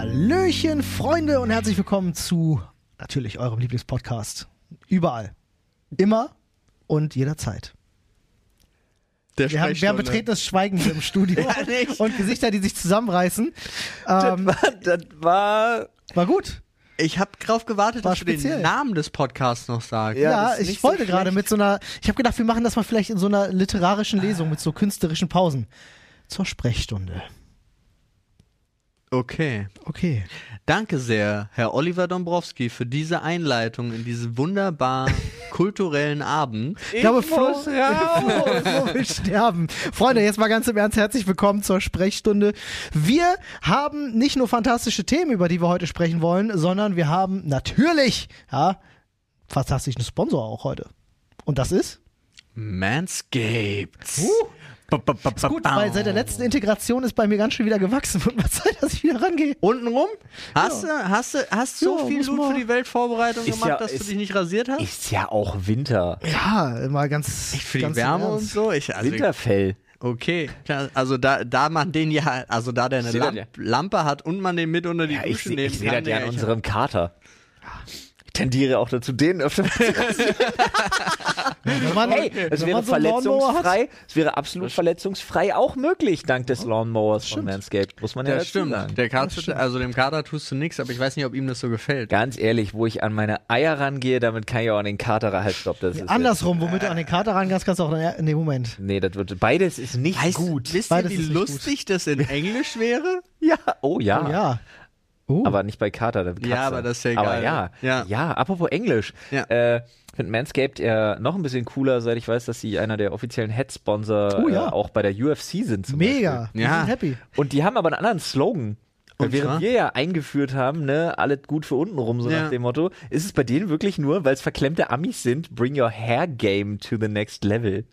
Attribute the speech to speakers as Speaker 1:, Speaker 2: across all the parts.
Speaker 1: Hallöchen, Freunde, und herzlich willkommen zu natürlich eurem Lieblingspodcast. Überall. Immer und jederzeit.
Speaker 2: Der ne?
Speaker 1: Wir haben, wir haben
Speaker 2: Sprechstunde.
Speaker 1: betretenes Schweigen hier im Studio
Speaker 2: Ja, nicht?
Speaker 1: und Gesichter, die sich zusammenreißen. Ähm,
Speaker 2: Das war, das war,
Speaker 1: war gut.
Speaker 2: ich habe drauf gewartet,
Speaker 1: War
Speaker 2: dass du
Speaker 1: speziell.
Speaker 2: den Namen des Podcasts noch sagst.
Speaker 3: Ja,
Speaker 1: Ja,
Speaker 3: das ist
Speaker 1: ich
Speaker 3: nicht so
Speaker 1: wollte gerade
Speaker 3: schlecht.
Speaker 1: mit so einer, ich habe gedacht, wir machen das mal vielleicht in so einer literarischen Lesung mit so künstlerischen Pausen. Zur Sprechstunde.
Speaker 2: Okay.
Speaker 1: Okay.
Speaker 2: Danke sehr, Herr Oliver Dombrowski, für diese Einleitung in diesen wunderbaren kulturellen Abend.
Speaker 3: Ich
Speaker 1: Flo, Flo will sterben. Freunde, jetzt mal ganz im Ernst, herzlich willkommen zur Sprechstunde. Wir haben nicht nur fantastische Themen, über die wir heute sprechen wollen, sondern wir haben natürlich, ja, fantastischen Sponsor auch heute. Und das ist?
Speaker 2: Manscaped. Ba, ba, ba, ba,
Speaker 1: Gut,
Speaker 2: bau.
Speaker 1: weil seit der letzten Integration ist bei mir ganz schön wieder gewachsen und mal Zeit, dass ich wieder rangehe.
Speaker 2: Untenrum? Hast du hast du hast so
Speaker 1: Ja,
Speaker 2: viel
Speaker 1: muss
Speaker 2: Loot
Speaker 1: man-
Speaker 2: für die Weltvorbereitung
Speaker 3: Ist
Speaker 2: gemacht,
Speaker 3: ja-
Speaker 2: dass du
Speaker 3: ist-
Speaker 2: dich nicht rasiert hast?
Speaker 3: Ist ja auch Winter.
Speaker 1: Ja, immer ganz.
Speaker 2: für die
Speaker 1: ganz im
Speaker 2: Wärme und
Speaker 1: Ernst.
Speaker 2: so. Ich, also,
Speaker 3: Winterfell.
Speaker 2: Okay, klar. also da, da man den ja, also da der eine
Speaker 3: Seht ihr
Speaker 2: Lamp, Lampe hat und man den mit unter die
Speaker 3: Ja, ich
Speaker 2: Dusche
Speaker 3: seh-
Speaker 2: nehmen
Speaker 3: ich sehe
Speaker 2: kann.
Speaker 3: das ja an
Speaker 2: ich-
Speaker 3: unserem Kater. Ich tendiere auch dazu, den öfter
Speaker 1: Wenn man,
Speaker 3: Hey, es
Speaker 1: wenn
Speaker 3: wäre
Speaker 1: man so einen Lawnmower hat,
Speaker 3: verletzungsfrei, es wäre absolut verletzungsfrei auch möglich, dank des Lawnmowers von Manscaped, muss man ja
Speaker 2: Ja,
Speaker 3: dazu
Speaker 2: stimmt.
Speaker 3: sagen.
Speaker 2: Der Kater, also dem Kader tust du nichts, aber ich weiß nicht, ob ihm das so gefällt.
Speaker 3: Ganz ehrlich, wo ich an meine Eier rangehe, damit kann ich auch an den Kater ran- halt stopp, das ist
Speaker 1: andersrum, womit du an den Kater rangehst, kannst du auch. Nee, Moment.
Speaker 3: Jetzt, nee, das wird beides ist nicht
Speaker 2: Weißt-
Speaker 3: gut.
Speaker 2: Wisst ihr,
Speaker 1: Beides
Speaker 2: wie
Speaker 1: ist nicht
Speaker 2: lustig das in Englisch wäre?
Speaker 3: Ja, oh ja.
Speaker 1: Oh ja. Oh.
Speaker 3: Aber nicht bei Kater, dann Katze.
Speaker 2: Ja, aber das ist ja
Speaker 3: Aber
Speaker 2: egal.
Speaker 3: ja,
Speaker 2: Ja.
Speaker 3: ja. apropos Englisch.
Speaker 2: Ja.
Speaker 3: Äh, finde Manscaped ja noch ein bisschen cooler, seit ich weiß, dass sie einer der offiziellen Headsponsor
Speaker 1: Oh ja.
Speaker 3: äh, auch bei der UFC sind. Zum
Speaker 1: Mega. Wir
Speaker 2: Ja.
Speaker 1: sind happy.
Speaker 3: Beispiel. Und die haben aber einen anderen Slogan.
Speaker 2: Und
Speaker 3: Und während
Speaker 2: zwar?
Speaker 3: wir ja eingeführt haben, ne, alles gut für unten rum, so
Speaker 2: Ja.
Speaker 3: nach dem Motto, ist es bei denen wirklich nur, weil es verklemmte Amis sind, bring your hair game to the next level.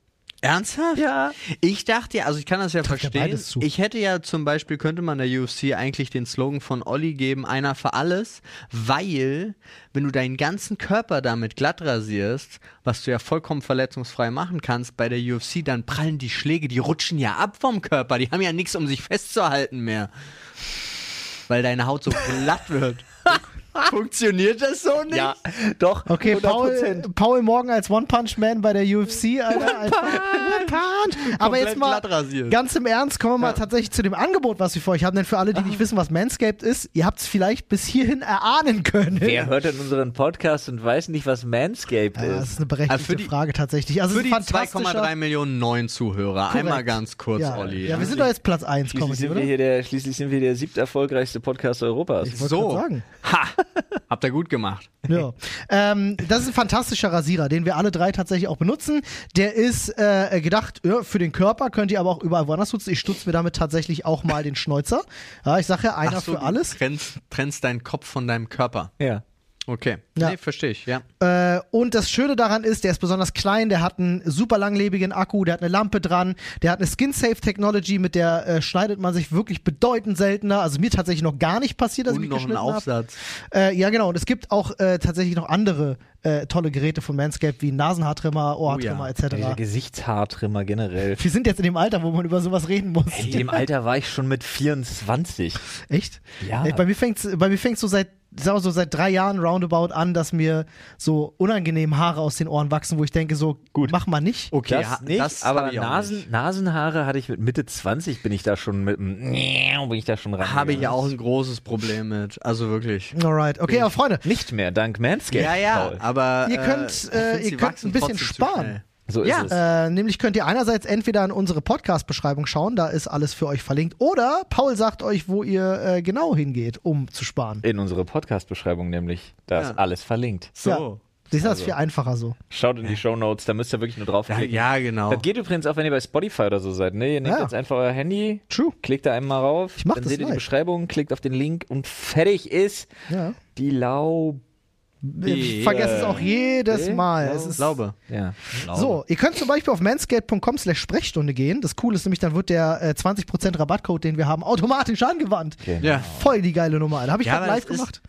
Speaker 2: Ernsthaft?
Speaker 3: Ja.
Speaker 2: Ich dachte ja, also ich kann das ja verstehen.
Speaker 1: beides zu.
Speaker 2: Ich hätte ja zum Beispiel, könnte man der UFC eigentlich den Slogan von Olli geben, einer für alles, weil wenn du deinen ganzen Körper damit glatt rasierst, was du ja vollkommen verletzungsfrei machen kannst bei der UFC, dann prallen die Schläge, die rutschen ja ab vom Körper, die haben ja nichts, um sich festzuhalten mehr. Weil deine Haut so glatt wird. Funktioniert das so nicht?
Speaker 3: Ja, doch.
Speaker 1: Okay,
Speaker 3: 100%.
Speaker 1: Paul, Paul Morgan als One Punch Man bei der UFC, Alter. Als One Punch. Aber
Speaker 2: Komplett
Speaker 1: jetzt mal
Speaker 2: glatt rasiert.
Speaker 1: ganz im Ernst, kommen wir mal tatsächlich zu dem Angebot, was wir für euch haben. Denn für alle, die
Speaker 2: Ah.
Speaker 1: nicht wissen, was Manscaped ist, ihr habt es vielleicht bis hierhin erahnen können.
Speaker 3: Wer hört denn unseren Podcast und weiß nicht, was Manscaped
Speaker 1: ja, das ist
Speaker 3: ist?
Speaker 1: eine
Speaker 2: Also für
Speaker 1: berechtigte
Speaker 2: die-
Speaker 1: Frage tatsächlich. Also
Speaker 2: Für
Speaker 1: es
Speaker 2: die
Speaker 1: ist ein fantastischer-
Speaker 2: 2,3 Millionen neuen Zuhörer. Einmal
Speaker 1: Korrekt.
Speaker 2: ganz kurz,
Speaker 1: ja.
Speaker 2: Olli.
Speaker 1: Ja, wir sind doch jetzt Platz 1,
Speaker 3: Schließlich
Speaker 1: Comedy,
Speaker 3: sind,
Speaker 1: oder?
Speaker 3: wir hier der, schließlich sind wir der siebt erfolgreichste Podcast Europas.
Speaker 1: Ich wollte
Speaker 2: So.
Speaker 1: gerade sagen.
Speaker 2: Ha! Habt ihr gut gemacht.
Speaker 1: Ja. Ähm, das ist ein fantastischer Rasierer, den wir alle drei tatsächlich auch benutzen. Der ist äh, gedacht ja, für den Körper, könnt ihr aber auch überall woanders nutzen. Ich stutze mir damit tatsächlich auch mal den Schnäuzer. Ja, ich sage ja, einer
Speaker 2: Ach so,
Speaker 1: für
Speaker 2: du
Speaker 1: alles.
Speaker 2: Trennst, trennst deinen Kopf von deinem Körper.
Speaker 3: Ja.
Speaker 2: Okay.
Speaker 1: Ja.
Speaker 2: Nee, verstehe ich, ja.
Speaker 1: Äh, und das Schöne daran ist, der ist besonders klein, der hat einen super langlebigen Akku, der hat eine Lampe dran, der hat eine Skin-Safe-Technology, mit der äh, schneidet man sich wirklich bedeutend seltener. Also mir tatsächlich noch gar nicht passiert, dass ich
Speaker 2: Und
Speaker 1: mich
Speaker 2: noch einen
Speaker 1: geschnitten habe.
Speaker 2: Aufsatz.
Speaker 1: Äh, ja, genau. Und es gibt auch äh, tatsächlich noch andere äh, tolle Geräte von Manscaped wie Nasenhaartrimmer, Ohrhaartrimmer
Speaker 2: Oh ja.
Speaker 3: Dieser
Speaker 1: etc.
Speaker 3: Gesichtshaartrimmer generell.
Speaker 1: Wir sind jetzt in dem Alter, wo man über sowas reden muss.
Speaker 3: In dem Alter war ich schon mit 24.
Speaker 1: Echt?
Speaker 3: Ja.
Speaker 1: Äh, Bei mir fängt's, bei mir fängt's so seit, sag mal so seit drei Jahren roundabout an, dass mir so unangenehm Haare aus den Ohren wachsen, wo ich denke so, mach mal nicht.
Speaker 2: Okay,
Speaker 3: das nicht, aber
Speaker 2: hab ich auch
Speaker 3: Nasen,
Speaker 2: nicht.
Speaker 3: Nasenhaare hatte ich mit Mitte 20, bin ich da schon mit dem bin ich da schon ran.
Speaker 2: Habe ich ja auch ein großes Problem mit. Also wirklich.
Speaker 1: Alright. Okay, aber Freunde,
Speaker 3: Nicht mehr, dank Manscaped.
Speaker 2: Ja, ja,
Speaker 3: Paul.
Speaker 2: aber.
Speaker 1: Ihr
Speaker 2: äh,
Speaker 1: könnt, äh,
Speaker 2: ich find,
Speaker 1: ihr
Speaker 2: sie
Speaker 1: könnt
Speaker 2: wachsen
Speaker 1: ein bisschen
Speaker 2: trotzdem zu
Speaker 1: sparen.
Speaker 2: schnell.
Speaker 3: So ist
Speaker 2: Ja.
Speaker 3: es.
Speaker 1: Äh, nämlich könnt ihr einerseits entweder in unsere Podcast-Beschreibung schauen, da ist alles für euch verlinkt, oder Paul sagt euch, wo ihr äh, genau hingeht, um zu sparen.
Speaker 3: In unsere Podcast-Beschreibung nämlich. Da
Speaker 2: Ja.
Speaker 3: ist alles verlinkt.
Speaker 2: So.
Speaker 1: Siehst du,
Speaker 3: Also.
Speaker 1: das ist viel einfacher so.
Speaker 3: Schaut in die Show Notes, da müsst ihr wirklich nur
Speaker 2: Ja,
Speaker 3: draufklicken.
Speaker 2: ja genau.
Speaker 3: Das geht übrigens auch, wenn ihr bei Spotify oder so seid. Ne? Ihr nehmt
Speaker 1: Ja.
Speaker 3: jetzt einfach euer Handy,
Speaker 1: True.
Speaker 3: klickt da einmal rauf,
Speaker 1: Ich mach
Speaker 3: dann
Speaker 1: das
Speaker 3: seht ihr die
Speaker 1: live.
Speaker 3: Beschreibung, klickt auf den Link und fertig ist
Speaker 1: Ja.
Speaker 3: die Laub.
Speaker 1: Ich vergesse es auch jedes
Speaker 3: Nee,
Speaker 1: Mal. Es ist
Speaker 2: Glaube.
Speaker 3: Ja.
Speaker 1: so, ihr könnt zum Beispiel auf manscaped.com slash Sprechstunde gehen. Das Coole ist nämlich, dann wird der äh, 20% Rabattcode, den wir haben, automatisch angewandt.
Speaker 3: Okay.
Speaker 2: Ja.
Speaker 1: Voll die geile Nummer. Da habe ich
Speaker 2: Ja,
Speaker 1: gerade
Speaker 2: aber
Speaker 1: live
Speaker 2: das ist-
Speaker 1: gemacht.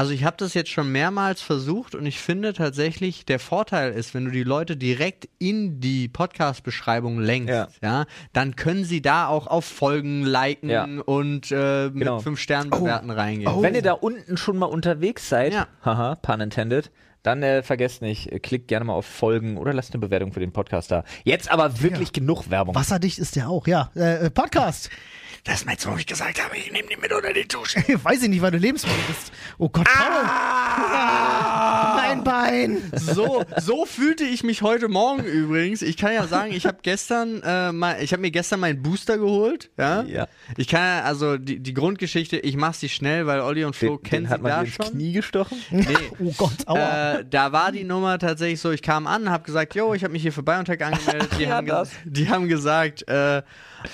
Speaker 2: Also ich habe das jetzt schon mehrmals versucht und ich finde tatsächlich, der Vorteil ist, wenn du die Leute direkt in die Podcast-Beschreibung lenkst, ja.
Speaker 3: Ja.
Speaker 2: dann können sie da auch auf Folgen liken
Speaker 3: Ja.
Speaker 2: und äh, mit
Speaker 3: Genau.
Speaker 2: fünf Sternen
Speaker 1: Oh.
Speaker 2: bewerten reingehen.
Speaker 3: Wenn ihr da unten schon mal unterwegs seid,
Speaker 2: Ja.
Speaker 3: haha, pun intended, dann äh, vergesst nicht, äh, klickt gerne mal auf Folgen oder lasst eine Bewertung für den Podcast da. Jetzt aber wirklich genug Werbung.
Speaker 1: Wasserdicht ist der auch, ja. Äh, äh, Podcast.
Speaker 2: Das ist mir jetzt, wo ich gesagt habe, ich nehme die mit unter die Dusche.
Speaker 1: Weiß ich nicht, weil du lebensmüde bist. Oh Gott, Paul. Ah, mein Bein.
Speaker 2: So, so fühlte ich mich heute Morgen übrigens. Ich kann ja sagen, ich habe gestern, äh, mal, ich habe mir gestern meinen Booster geholt. Ja.
Speaker 3: Ja.
Speaker 2: Ich kann ja, also die, die Grundgeschichte, ich mache sie schnell, weil Olli und Flo
Speaker 3: Den,
Speaker 2: kennen
Speaker 3: den hat
Speaker 2: sie
Speaker 3: man
Speaker 2: da
Speaker 3: dir ins
Speaker 2: schon.
Speaker 3: Knie gestochen.
Speaker 1: Oh Gott, aua.
Speaker 2: Äh, da war die Nummer tatsächlich so, ich kam an, habe gesagt, jo, ich habe mich hier für BioNTech angemeldet. Die,
Speaker 3: Ja,
Speaker 2: haben, ge
Speaker 3: das.
Speaker 2: die haben gesagt, äh,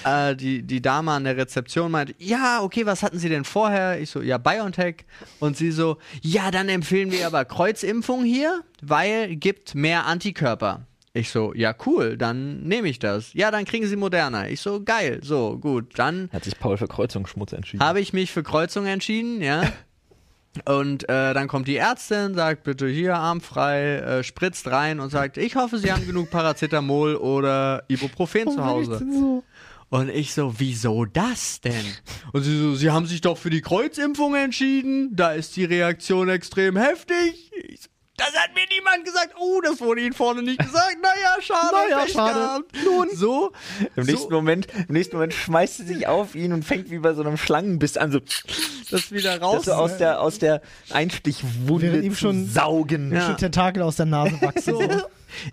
Speaker 2: äh, die, die Dame an der Rezeption meinte, ja, okay, was hatten Sie denn vorher? Ich so, ja, BioNTech. Und sie so, ja, dann empfehlen wir aber Kreuzimpfung hier, weil gibt mehr Antikörper. Ich so, ja, cool, dann nehme ich das. Ja, dann kriegen Sie Moderna. Ich so, geil, so, gut, dann
Speaker 3: Hat sich Paul für Kreuzungsschmutz entschieden.
Speaker 2: habe ich mich für Kreuzung entschieden, ja. Und äh, dann kommt die Ärztin, sagt bitte hier Arm frei, äh, spritzt rein und sagt, ich hoffe, Sie haben genug Paracetamol oder
Speaker 1: Oh,
Speaker 2: Ibuprofen zu Hause. Und ich so, wieso das denn? Und sie so, sie haben sich doch für die Kreuzimpfung entschieden, da ist die Reaktion extrem heftig. Ich so, das hat mir niemand gesagt. Oh, das wurde Ihnen vorne nicht gesagt. Naja, schade.
Speaker 1: Naja,
Speaker 2: Pech
Speaker 1: schade.
Speaker 2: gehabt. Nun. So.
Speaker 3: Im
Speaker 2: so,
Speaker 3: nächsten, Moment, Im nächsten Moment schmeißt sie sich auf ihn und fängt wie bei so einem Schlangenbiss an, so,
Speaker 2: das wieder
Speaker 3: das
Speaker 2: raus.
Speaker 3: so aus, ne? der, aus der Einstichwunde
Speaker 1: Während ihm
Speaker 3: zu
Speaker 1: schon-
Speaker 3: saugen.
Speaker 2: Ja.
Speaker 1: Schon Tentakel aus der Nase wachsen.
Speaker 2: So.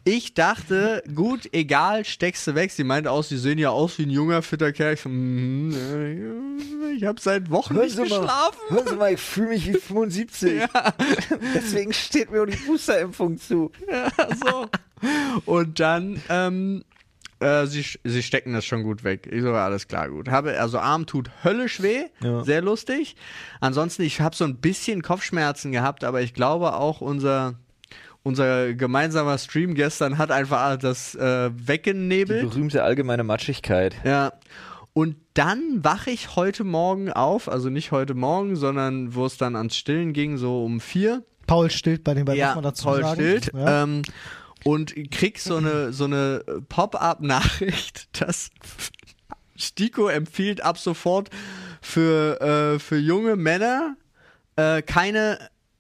Speaker 2: Ich dachte, gut, egal, steckst du weg. Sie meint aus, sie sehen ja aus wie ein junger, fitter Kerl. Ich, so, mhm, äh, ich habe seit Wochen
Speaker 3: Hören
Speaker 2: nicht
Speaker 3: Sie mal,
Speaker 2: geschlafen.
Speaker 3: hören Sie mal, ich fühle mich wie 75. Deswegen steht mir auch die Boosterimpfung zu.
Speaker 2: so. Also. Und dann, ähm, äh, sie, sch- sie stecken das schon gut weg. Ich so, ja, alles klar, gut. Habe, also Arm tut höllisch weh,
Speaker 3: Ja.
Speaker 2: sehr lustig. Ansonsten, ich habe so ein bisschen Kopfschmerzen gehabt, aber ich glaube auch unser, unser gemeinsamer Stream gestern hat einfach das äh, weggenebelt.
Speaker 3: Berühmte allgemeine Matschigkeit.
Speaker 2: Ja. Und dann wache ich heute Morgen auf, also nicht heute Morgen, sondern wo es dann ans Stillen ging, so um vier.
Speaker 1: Paul stillt bei dem Ball, muss
Speaker 2: ja,
Speaker 1: man dazu
Speaker 2: Paul
Speaker 1: sagen.
Speaker 2: stillt.
Speaker 1: Ja.
Speaker 2: Ähm, und krieg so eine, so eine Pop-up-Nachricht, dass Stiko empfiehlt ab sofort für, äh, für junge Männer äh, keine,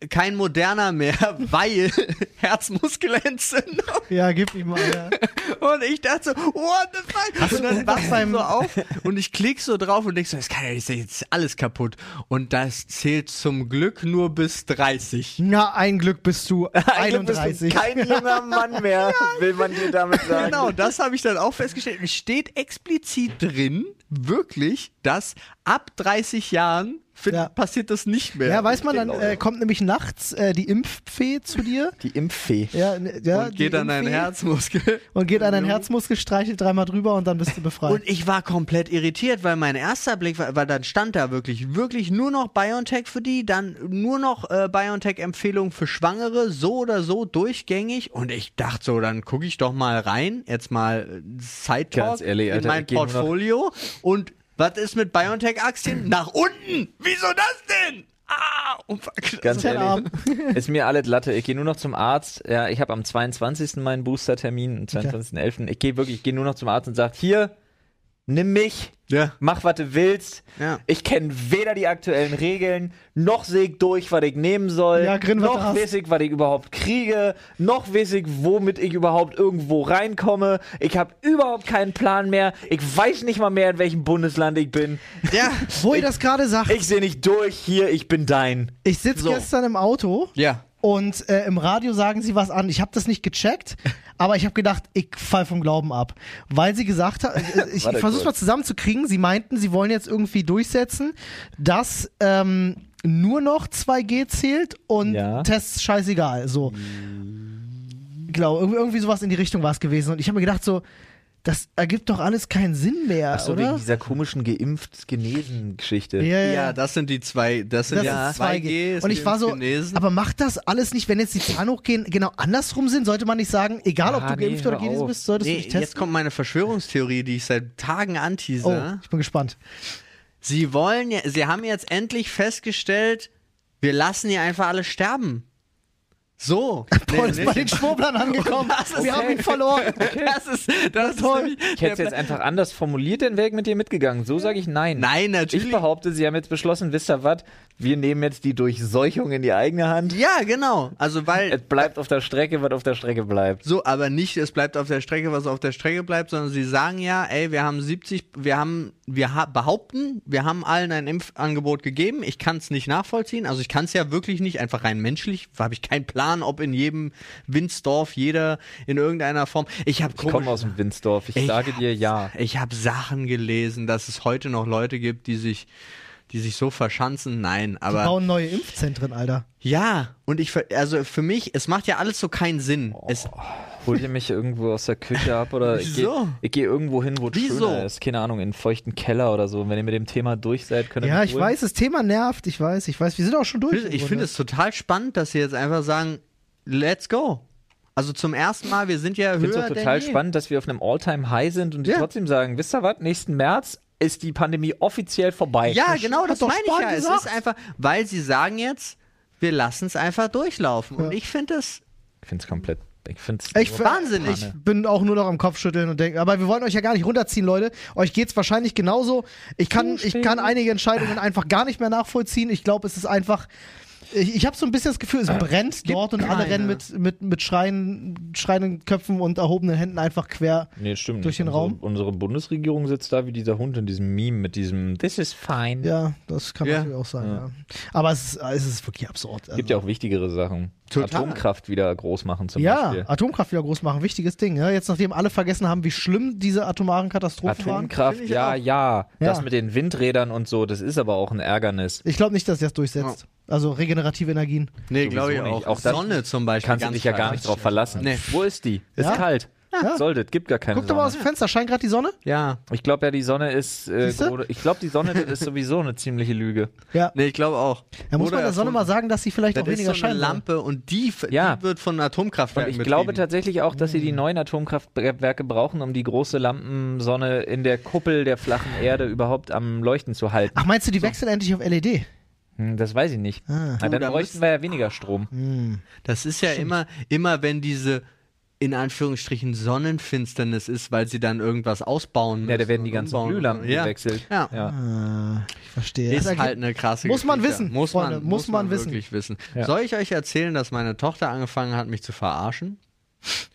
Speaker 2: kein moderner mehr, weil Herzmuskelentzündung.
Speaker 1: ja, gib ihm mal. Ja.
Speaker 2: Und ich dachte so, what the fuck? und dann wachst du so auf und ich klick so drauf und denk so, das kann ja nicht sein, jetzt ist alles kaputt. Und das zählt zum Glück nur bis 30.
Speaker 1: Na, ein Glück bist du
Speaker 3: Eigentlich bist du
Speaker 1: 31.
Speaker 3: Kein junger Mann mehr, will man dir damit sagen.
Speaker 2: Genau, das habe ich dann auch festgestellt. Es steht explizit drin, wirklich, dass ab 30 Jahren find,
Speaker 1: Ja.
Speaker 2: passiert das nicht mehr.
Speaker 1: Ja, weiß man, dann
Speaker 3: Genau.
Speaker 1: äh, kommt nämlich nachts äh, die Impfpfee zu dir.
Speaker 3: Die Impffee.
Speaker 1: Ja, n- ja,
Speaker 2: und
Speaker 1: die
Speaker 2: geht an deinen
Speaker 1: Impffee.
Speaker 2: Herzmuskel.
Speaker 1: Und geht an deinen Herzmuskel, streichelt dreimal drüber und dann bist du befreit.
Speaker 2: Und ich war komplett irritiert, weil mein erster Blick war, weil dann stand da wirklich, wirklich nur noch BioNTech für die, dann nur noch äh, BioNTech-Empfehlung für Schwangere, so oder so durchgängig. Und ich dachte so, dann gucke ich doch mal rein, jetzt mal äh, Side-Talk
Speaker 3: Ganz ehrlich,
Speaker 2: in
Speaker 3: Alter,
Speaker 2: mein
Speaker 3: ich geh nur noch-
Speaker 2: Portfolio. Und was ist mit BioNTech-Aktien? Nach unten! Wieso das denn? Ah, und
Speaker 3: Ganz
Speaker 1: Guten
Speaker 3: ehrlich, ist mir alles Latte. Ich gehe nur noch zum Arzt. Ja, ich habe am 22. meinen Booster-Termin, am 22.11. Ich gehe wirklich, ich gehe nur noch zum Arzt und sage, hier, nimm mich,
Speaker 2: Ja.
Speaker 3: mach, was du willst.
Speaker 2: Ja.
Speaker 3: Ich kenne weder die aktuellen Regeln, noch seh ich durch, was ich nehmen soll,
Speaker 1: Ja, grin, was du
Speaker 3: noch
Speaker 1: hast.
Speaker 3: weiß ich, was ich überhaupt kriege, noch weiß ich, womit ich überhaupt irgendwo reinkomme. Ich habe überhaupt keinen Plan mehr. Ich weiß nicht mal mehr, in welchem Bundesland ich bin.
Speaker 2: Ja.
Speaker 1: Wo ihr das gerade sagt,
Speaker 3: Ich sehe nicht durch, hier, ich bin dein.
Speaker 1: ich sitze
Speaker 2: So.
Speaker 1: gestern im Auto
Speaker 2: Ja.
Speaker 1: und äh, im Radio sagen sie was an. Ich habe das nicht gecheckt, aber ich habe gedacht, ich fall vom Glauben ab. Weil sie gesagt hat, äh, ich, ich
Speaker 3: Warte
Speaker 1: versuche
Speaker 3: kurz.
Speaker 1: mal zusammenzukriegen, sie meinten, sie wollen jetzt irgendwie durchsetzen, dass ähm, nur noch 2G zählt und
Speaker 3: Ja.
Speaker 1: Tests scheißegal. So. Ich glaube, irgendwie, irgendwie sowas in die Richtung war es gewesen. Und ich habe mir gedacht, so, das ergibt doch alles keinen Sinn mehr,
Speaker 3: Achso, wegen
Speaker 1: oder?
Speaker 3: dieser komischen geimpft-genesen-Geschichte.
Speaker 2: Ja, das sind die zwei, das sind
Speaker 1: Äh, Das
Speaker 2: ja,
Speaker 1: ist 2G.
Speaker 2: ist
Speaker 1: Und ich war so,
Speaker 2: Genesen.
Speaker 1: aber macht das alles nicht, wenn jetzt die Zahlen hochgehen, genau andersrum sind? Sollte man nicht sagen, egal ob
Speaker 3: Ah,
Speaker 1: du
Speaker 3: nee,
Speaker 1: geimpft
Speaker 3: hör
Speaker 1: oder genesen
Speaker 3: auf.
Speaker 1: bist, solltest
Speaker 2: Nee,
Speaker 1: du dich testen?
Speaker 2: jetzt kommt meine Verschwörungstheorie, die ich seit Tagen
Speaker 1: oh,
Speaker 2: antease.
Speaker 1: ich bin gespannt.
Speaker 2: Sie wollen ja, sie haben jetzt endlich festgestellt, Wir lassen hier einfach alle sterben. So.
Speaker 1: Paul ist bei den Schwurblern
Speaker 2: Oh,
Speaker 1: angekommen. Wir haben ihn verloren.
Speaker 2: Das ist, das ist
Speaker 1: Toll.
Speaker 2: nämlich
Speaker 3: Ich hätte es
Speaker 2: der
Speaker 3: jetzt einfach anders formuliert, dann wäre ich mit dir mitgegangen. So sage ich nein.
Speaker 2: Nein, natürlich.
Speaker 3: Ich behaupte, sie haben jetzt beschlossen, wisst ihr was, wir nehmen jetzt die Durchseuchung in die eigene Hand.
Speaker 2: Ja, genau. Also
Speaker 3: Es
Speaker 2: weil
Speaker 3: bleibt auf der Strecke, was auf der Strecke bleibt.
Speaker 2: so, aber nicht, es bleibt auf der Strecke, was auf der Strecke bleibt, sondern sie sagen ja, ey, wir haben 70, wir haben, wir ha behaupten, wir haben allen ein Impfangebot gegeben. Ich kann es nicht nachvollziehen. Also ich kann es ja wirklich nicht, einfach rein menschlich, habe ich keinen Plan, ob in jedem Windsdorf jeder in irgendeiner Form. Ich habe
Speaker 3: Ich komme aus dem Winsdorf, ich, sage
Speaker 2: hab-
Speaker 3: dir ja.
Speaker 2: Ich habe Sachen gelesen, dass es heute noch Leute gibt, die sich, die sich so verschanzen. Nein,
Speaker 1: Die
Speaker 2: aber
Speaker 1: bauen neue Impfzentren, Alter.
Speaker 2: ja. Und ich, ver- also für mich, es macht ja alles so keinen Sinn.
Speaker 3: Oh.
Speaker 2: Es,
Speaker 3: Holt ihr mich irgendwo aus der Küche ab oder ich
Speaker 2: Wieso?
Speaker 3: gehe ich geh irgendwo hin, wo es
Speaker 2: Wieso?
Speaker 3: schöner ist. Keine Ahnung, in einen feuchten Keller oder so. Und wenn ihr mit dem Thema durch seid, könnt ihr
Speaker 1: Ja,
Speaker 3: mich
Speaker 1: ich
Speaker 3: holen.
Speaker 1: weiß, das Thema nervt. Ich weiß, ich weiß. Wir sind auch schon durch. im
Speaker 2: ich finde
Speaker 1: Grunde.
Speaker 2: es total spannend, dass sie jetzt einfach sagen, let's go. Also zum ersten Mal, wir sind ja
Speaker 3: Ich finde
Speaker 2: höher
Speaker 3: es total
Speaker 2: denn je.
Speaker 3: spannend, dass wir auf einem All-Time-High sind und die
Speaker 2: Ja.
Speaker 3: trotzdem sagen, wisst ihr was, nächsten März ist die Pandemie offiziell vorbei.
Speaker 2: Ja, genau, das
Speaker 1: doch
Speaker 2: meine ich
Speaker 1: Spahn
Speaker 2: ja. Es
Speaker 1: gesagt.
Speaker 2: ist einfach, weil sie sagen jetzt, wir lassen es einfach durchlaufen. Und ich finde es
Speaker 3: Ich finde es komplett... Ich finde es...
Speaker 1: Ich,
Speaker 2: Wahnsinnig.
Speaker 1: ich bin auch nur noch am Kopfschütteln und denke, aber wir wollen euch ja gar nicht runterziehen, Leute. Euch geht's wahrscheinlich genauso. Ich kann, ich kann einige Entscheidungen einfach gar nicht mehr nachvollziehen. Ich glaube, es ist einfach. Ich, ich habe so ein bisschen das Gefühl, es brennt dort und alle
Speaker 2: keine.
Speaker 1: rennen mit, mit, mit Schreien, schreienden Köpfen und erhobenen Händen einfach quer.
Speaker 3: Nee, stimmt.
Speaker 1: Durch den
Speaker 3: nicht. unsere,
Speaker 1: Raum?
Speaker 3: Unsere Bundesregierung sitzt da wie dieser Hund in diesem Meme mit diesem This is fine.
Speaker 1: Ja, das kann
Speaker 2: Ja.
Speaker 1: natürlich auch sein. Ja. Aber es ist, es ist wirklich absurd.
Speaker 3: Gibt
Speaker 1: Also-
Speaker 3: ja auch wichtigere Sachen.
Speaker 2: Total.
Speaker 3: Atomkraft wieder groß machen zum
Speaker 1: ja, also
Speaker 3: Beispiel.
Speaker 1: Atomkraft wieder groß machen, wichtiges Ding. Ja. Jetzt, nachdem alle vergessen haben, wie schlimm diese atomaren Katastrophen waren.
Speaker 3: Atomkraft,
Speaker 2: Finde ich
Speaker 3: ja,
Speaker 2: auch.
Speaker 3: ja.
Speaker 1: Ja.
Speaker 3: Das mit den Windrädern und so, das ist aber auch ein Ärgernis.
Speaker 1: Ich glaube nicht, dass sie das durchsetzt. Also regenerative Energien.
Speaker 2: Nee, glaube ich
Speaker 3: Sowieso
Speaker 2: auch.
Speaker 3: nicht. Auch das
Speaker 2: Sonne zum Beispiel.
Speaker 3: Kannst du
Speaker 2: ganz
Speaker 3: dich ja gar
Speaker 2: klar.
Speaker 3: nicht drauf verlassen.
Speaker 2: Nee.
Speaker 3: Wo ist die? Ist
Speaker 1: Ja.
Speaker 3: kalt.
Speaker 1: Ja.
Speaker 3: Sollte, gibt gar keine
Speaker 1: Guck doch mal aus
Speaker 3: Also Sonne.
Speaker 1: dem Fenster, scheint gerade die Sonne?
Speaker 2: Ja.
Speaker 3: Ich glaube ja, die Sonne ist. Äh,
Speaker 1: Siehste?
Speaker 3: gro- ich glaube, die Sonne das ist sowieso eine ziemliche Lüge.
Speaker 1: Ja.
Speaker 2: Nee, ich glaube auch.
Speaker 1: Da muss
Speaker 2: Wurde
Speaker 1: man der Sonne
Speaker 2: erfunden.
Speaker 1: mal sagen, dass sie vielleicht
Speaker 2: Das
Speaker 1: auch weniger
Speaker 2: ist so eine
Speaker 1: scheint.
Speaker 2: Lampe und die, f-
Speaker 3: Ja.
Speaker 2: die wird von
Speaker 3: Und
Speaker 2: Atomkraftwerken
Speaker 3: ich glaube
Speaker 2: betrieben.
Speaker 3: tatsächlich auch, dass sie die neuen Atomkraftwerke brauchen, um die große Lampensonne in der Kuppel der flachen Erde überhaupt am Leuchten zu halten.
Speaker 1: Ach, meinst du, die wechseln endlich auf E LED?
Speaker 3: Hm, Das weiß ich nicht.
Speaker 1: Ah.
Speaker 3: Na,
Speaker 2: Du, da
Speaker 3: dann bräuchten
Speaker 2: müssen-
Speaker 3: wir ja weniger Strom.
Speaker 2: Das ist ja immer, immer wenn diese in Anführungsstrichen Sonnenfinsternis ist, weil sie dann irgendwas ausbauen müssen.
Speaker 3: Ja, da werden die
Speaker 2: und
Speaker 3: ganzen
Speaker 2: umbauen.
Speaker 3: Glühlampen
Speaker 2: ja.
Speaker 3: gewechselt.
Speaker 2: Ja.
Speaker 1: Ah, ich verstehe.
Speaker 2: Ist
Speaker 1: Das ergibt-
Speaker 2: halt eine krasse
Speaker 1: Muss man
Speaker 2: Geschichte.
Speaker 1: wissen,
Speaker 2: Muss man,
Speaker 1: Freunde,
Speaker 2: muss man, wissen. wirklich wissen.
Speaker 3: Ja.
Speaker 2: Soll ich euch erzählen, dass meine Tochter angefangen hat, mich zu verarschen?
Speaker 1: Hast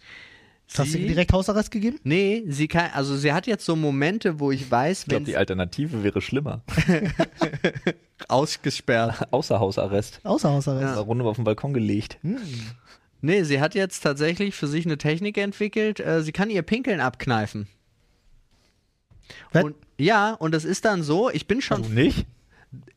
Speaker 1: du
Speaker 2: Sie-
Speaker 1: dir direkt Hausarrest gegeben?
Speaker 2: Nee, sie kann, also sie hat jetzt so Momente, wo ich weiß,
Speaker 3: Ich glaube,
Speaker 2: wenn
Speaker 3: die
Speaker 2: sie
Speaker 3: Alternative wäre schlimmer.
Speaker 2: ausgesperrt
Speaker 3: Außer Hausarrest.
Speaker 1: Außer Hausarrest.
Speaker 3: Eine Runde auf den Balkon gelegt.
Speaker 2: Hm? Nee, sie hat jetzt tatsächlich für sich eine Technik entwickelt. Äh, sie kann ihr Pinkeln abkneifen.
Speaker 1: Was? Also-
Speaker 2: Und, ja, und das ist dann so, ich bin schon.
Speaker 3: nicht?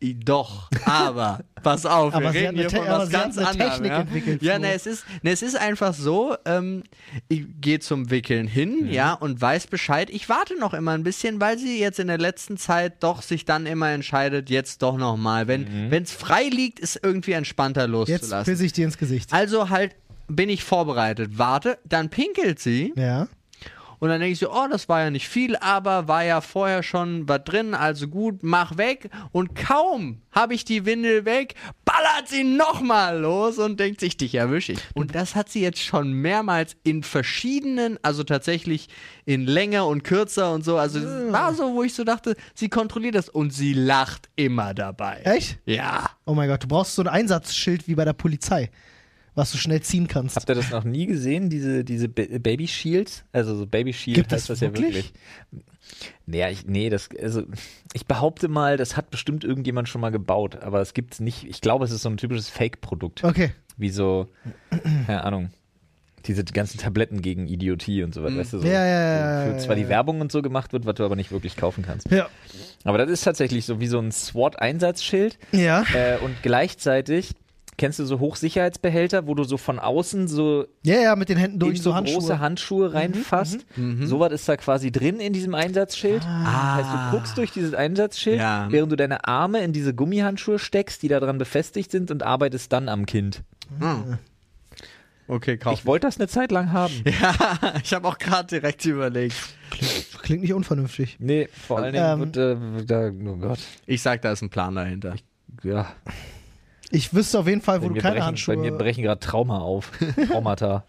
Speaker 2: I- Doch, aber pass auf,
Speaker 1: Aber
Speaker 2: wir
Speaker 1: sie hat
Speaker 2: reden
Speaker 1: eine
Speaker 2: hier
Speaker 1: Te-
Speaker 2: von
Speaker 1: aber
Speaker 2: was
Speaker 1: sie hat
Speaker 2: ganz
Speaker 1: eine
Speaker 2: anderem.
Speaker 1: Technik
Speaker 2: ja,
Speaker 1: entwickelt,
Speaker 2: ja
Speaker 1: Flo.
Speaker 2: ne, es ist, ne, es ist einfach so, ähm, ich gehe zum Wickeln hin,
Speaker 1: Mhm.
Speaker 2: ja, und weiß Bescheid. Ich warte noch immer ein bisschen, weil sie jetzt in der letzten Zeit doch sich dann immer entscheidet, jetzt doch nochmal. Wenn es frei liegt, ist irgendwie entspannter
Speaker 1: Mhm. Jetzt
Speaker 2: loszulassen.
Speaker 1: pisse ich dir ins Gesicht.
Speaker 2: Also halt bin ich vorbereitet, warte, dann pinkelt sie
Speaker 1: Ja.
Speaker 2: und dann denke ich so, oh, das war ja nicht viel, aber war ja vorher schon was drin, also gut, mach weg und kaum habe ich die Windel weg, ballert sie nochmal los und denkt sich, dich erwische ich. Und das hat sie jetzt schon mehrmals in verschiedenen, also tatsächlich in länger und kürzer und so, also es war so, wo ich so dachte, sie kontrolliert das und sie lacht immer dabei.
Speaker 1: Echt?
Speaker 2: Ja.
Speaker 1: Oh mein Gott, du brauchst so ein Einsatzschild wie bei der Polizei, was du schnell ziehen kannst.
Speaker 3: Habt ihr das noch nie gesehen, diese, diese Ba- Baby Shields? Also so Baby Shield
Speaker 1: Gibt es
Speaker 3: heißt das
Speaker 1: wirklich?
Speaker 3: ja wirklich. Naja, ich, nee, das, also ich behaupte mal, das hat bestimmt irgendjemand schon mal gebaut, aber es gibt's nicht. Ich glaube, es ist so ein typisches Fake-Produkt.
Speaker 1: Okay.
Speaker 3: Wie so, keine Ahnung. Diese ganzen Tabletten gegen Idiotie und so weiter, weißt du, so,
Speaker 1: Mhm. Ja, ja, ja,
Speaker 3: wofür
Speaker 1: ja,
Speaker 3: zwar
Speaker 1: ja,
Speaker 3: die
Speaker 1: ja.
Speaker 3: Werbung und so gemacht wird, was du aber nicht wirklich kaufen kannst.
Speaker 1: Ja.
Speaker 3: Aber das ist tatsächlich so wie so ein SWAT-Einsatzschild.
Speaker 1: Ja.
Speaker 3: Äh, und gleichzeitig kennst du so Hochsicherheitsbehälter, wo du so von außen so
Speaker 1: Ja, ja, mit den Händen durch
Speaker 3: in
Speaker 1: so
Speaker 3: so
Speaker 1: Handschuhe.
Speaker 3: große Handschuhe reinfasst. Sowas ist da quasi drin in diesem Einsatzschild. Ah. Das heißt, du guckst durch dieses Einsatzschild,
Speaker 2: Ja.
Speaker 3: während du deine Arme in diese Gummihandschuhe steckst, die daran befestigt sind und arbeitest dann am Kind.
Speaker 2: Hm. Okay, kauf.
Speaker 3: Ich wollte das eine Zeit lang haben.
Speaker 2: Ja, ich habe auch gerade direkt überlegt.
Speaker 1: Klingt nicht unvernünftig.
Speaker 3: Nee, vor allen Dingen wird, äh, da, oh Gott.
Speaker 2: Ich sag, da ist ein Plan dahinter.
Speaker 3: Ja.
Speaker 1: Ich wüsste auf jeden Fall, wo
Speaker 3: Bei
Speaker 1: du
Speaker 3: mir
Speaker 1: keine
Speaker 3: brechen,
Speaker 1: Handschuhe.
Speaker 3: Bei mir brechen gerade Trauma auf. Traumata.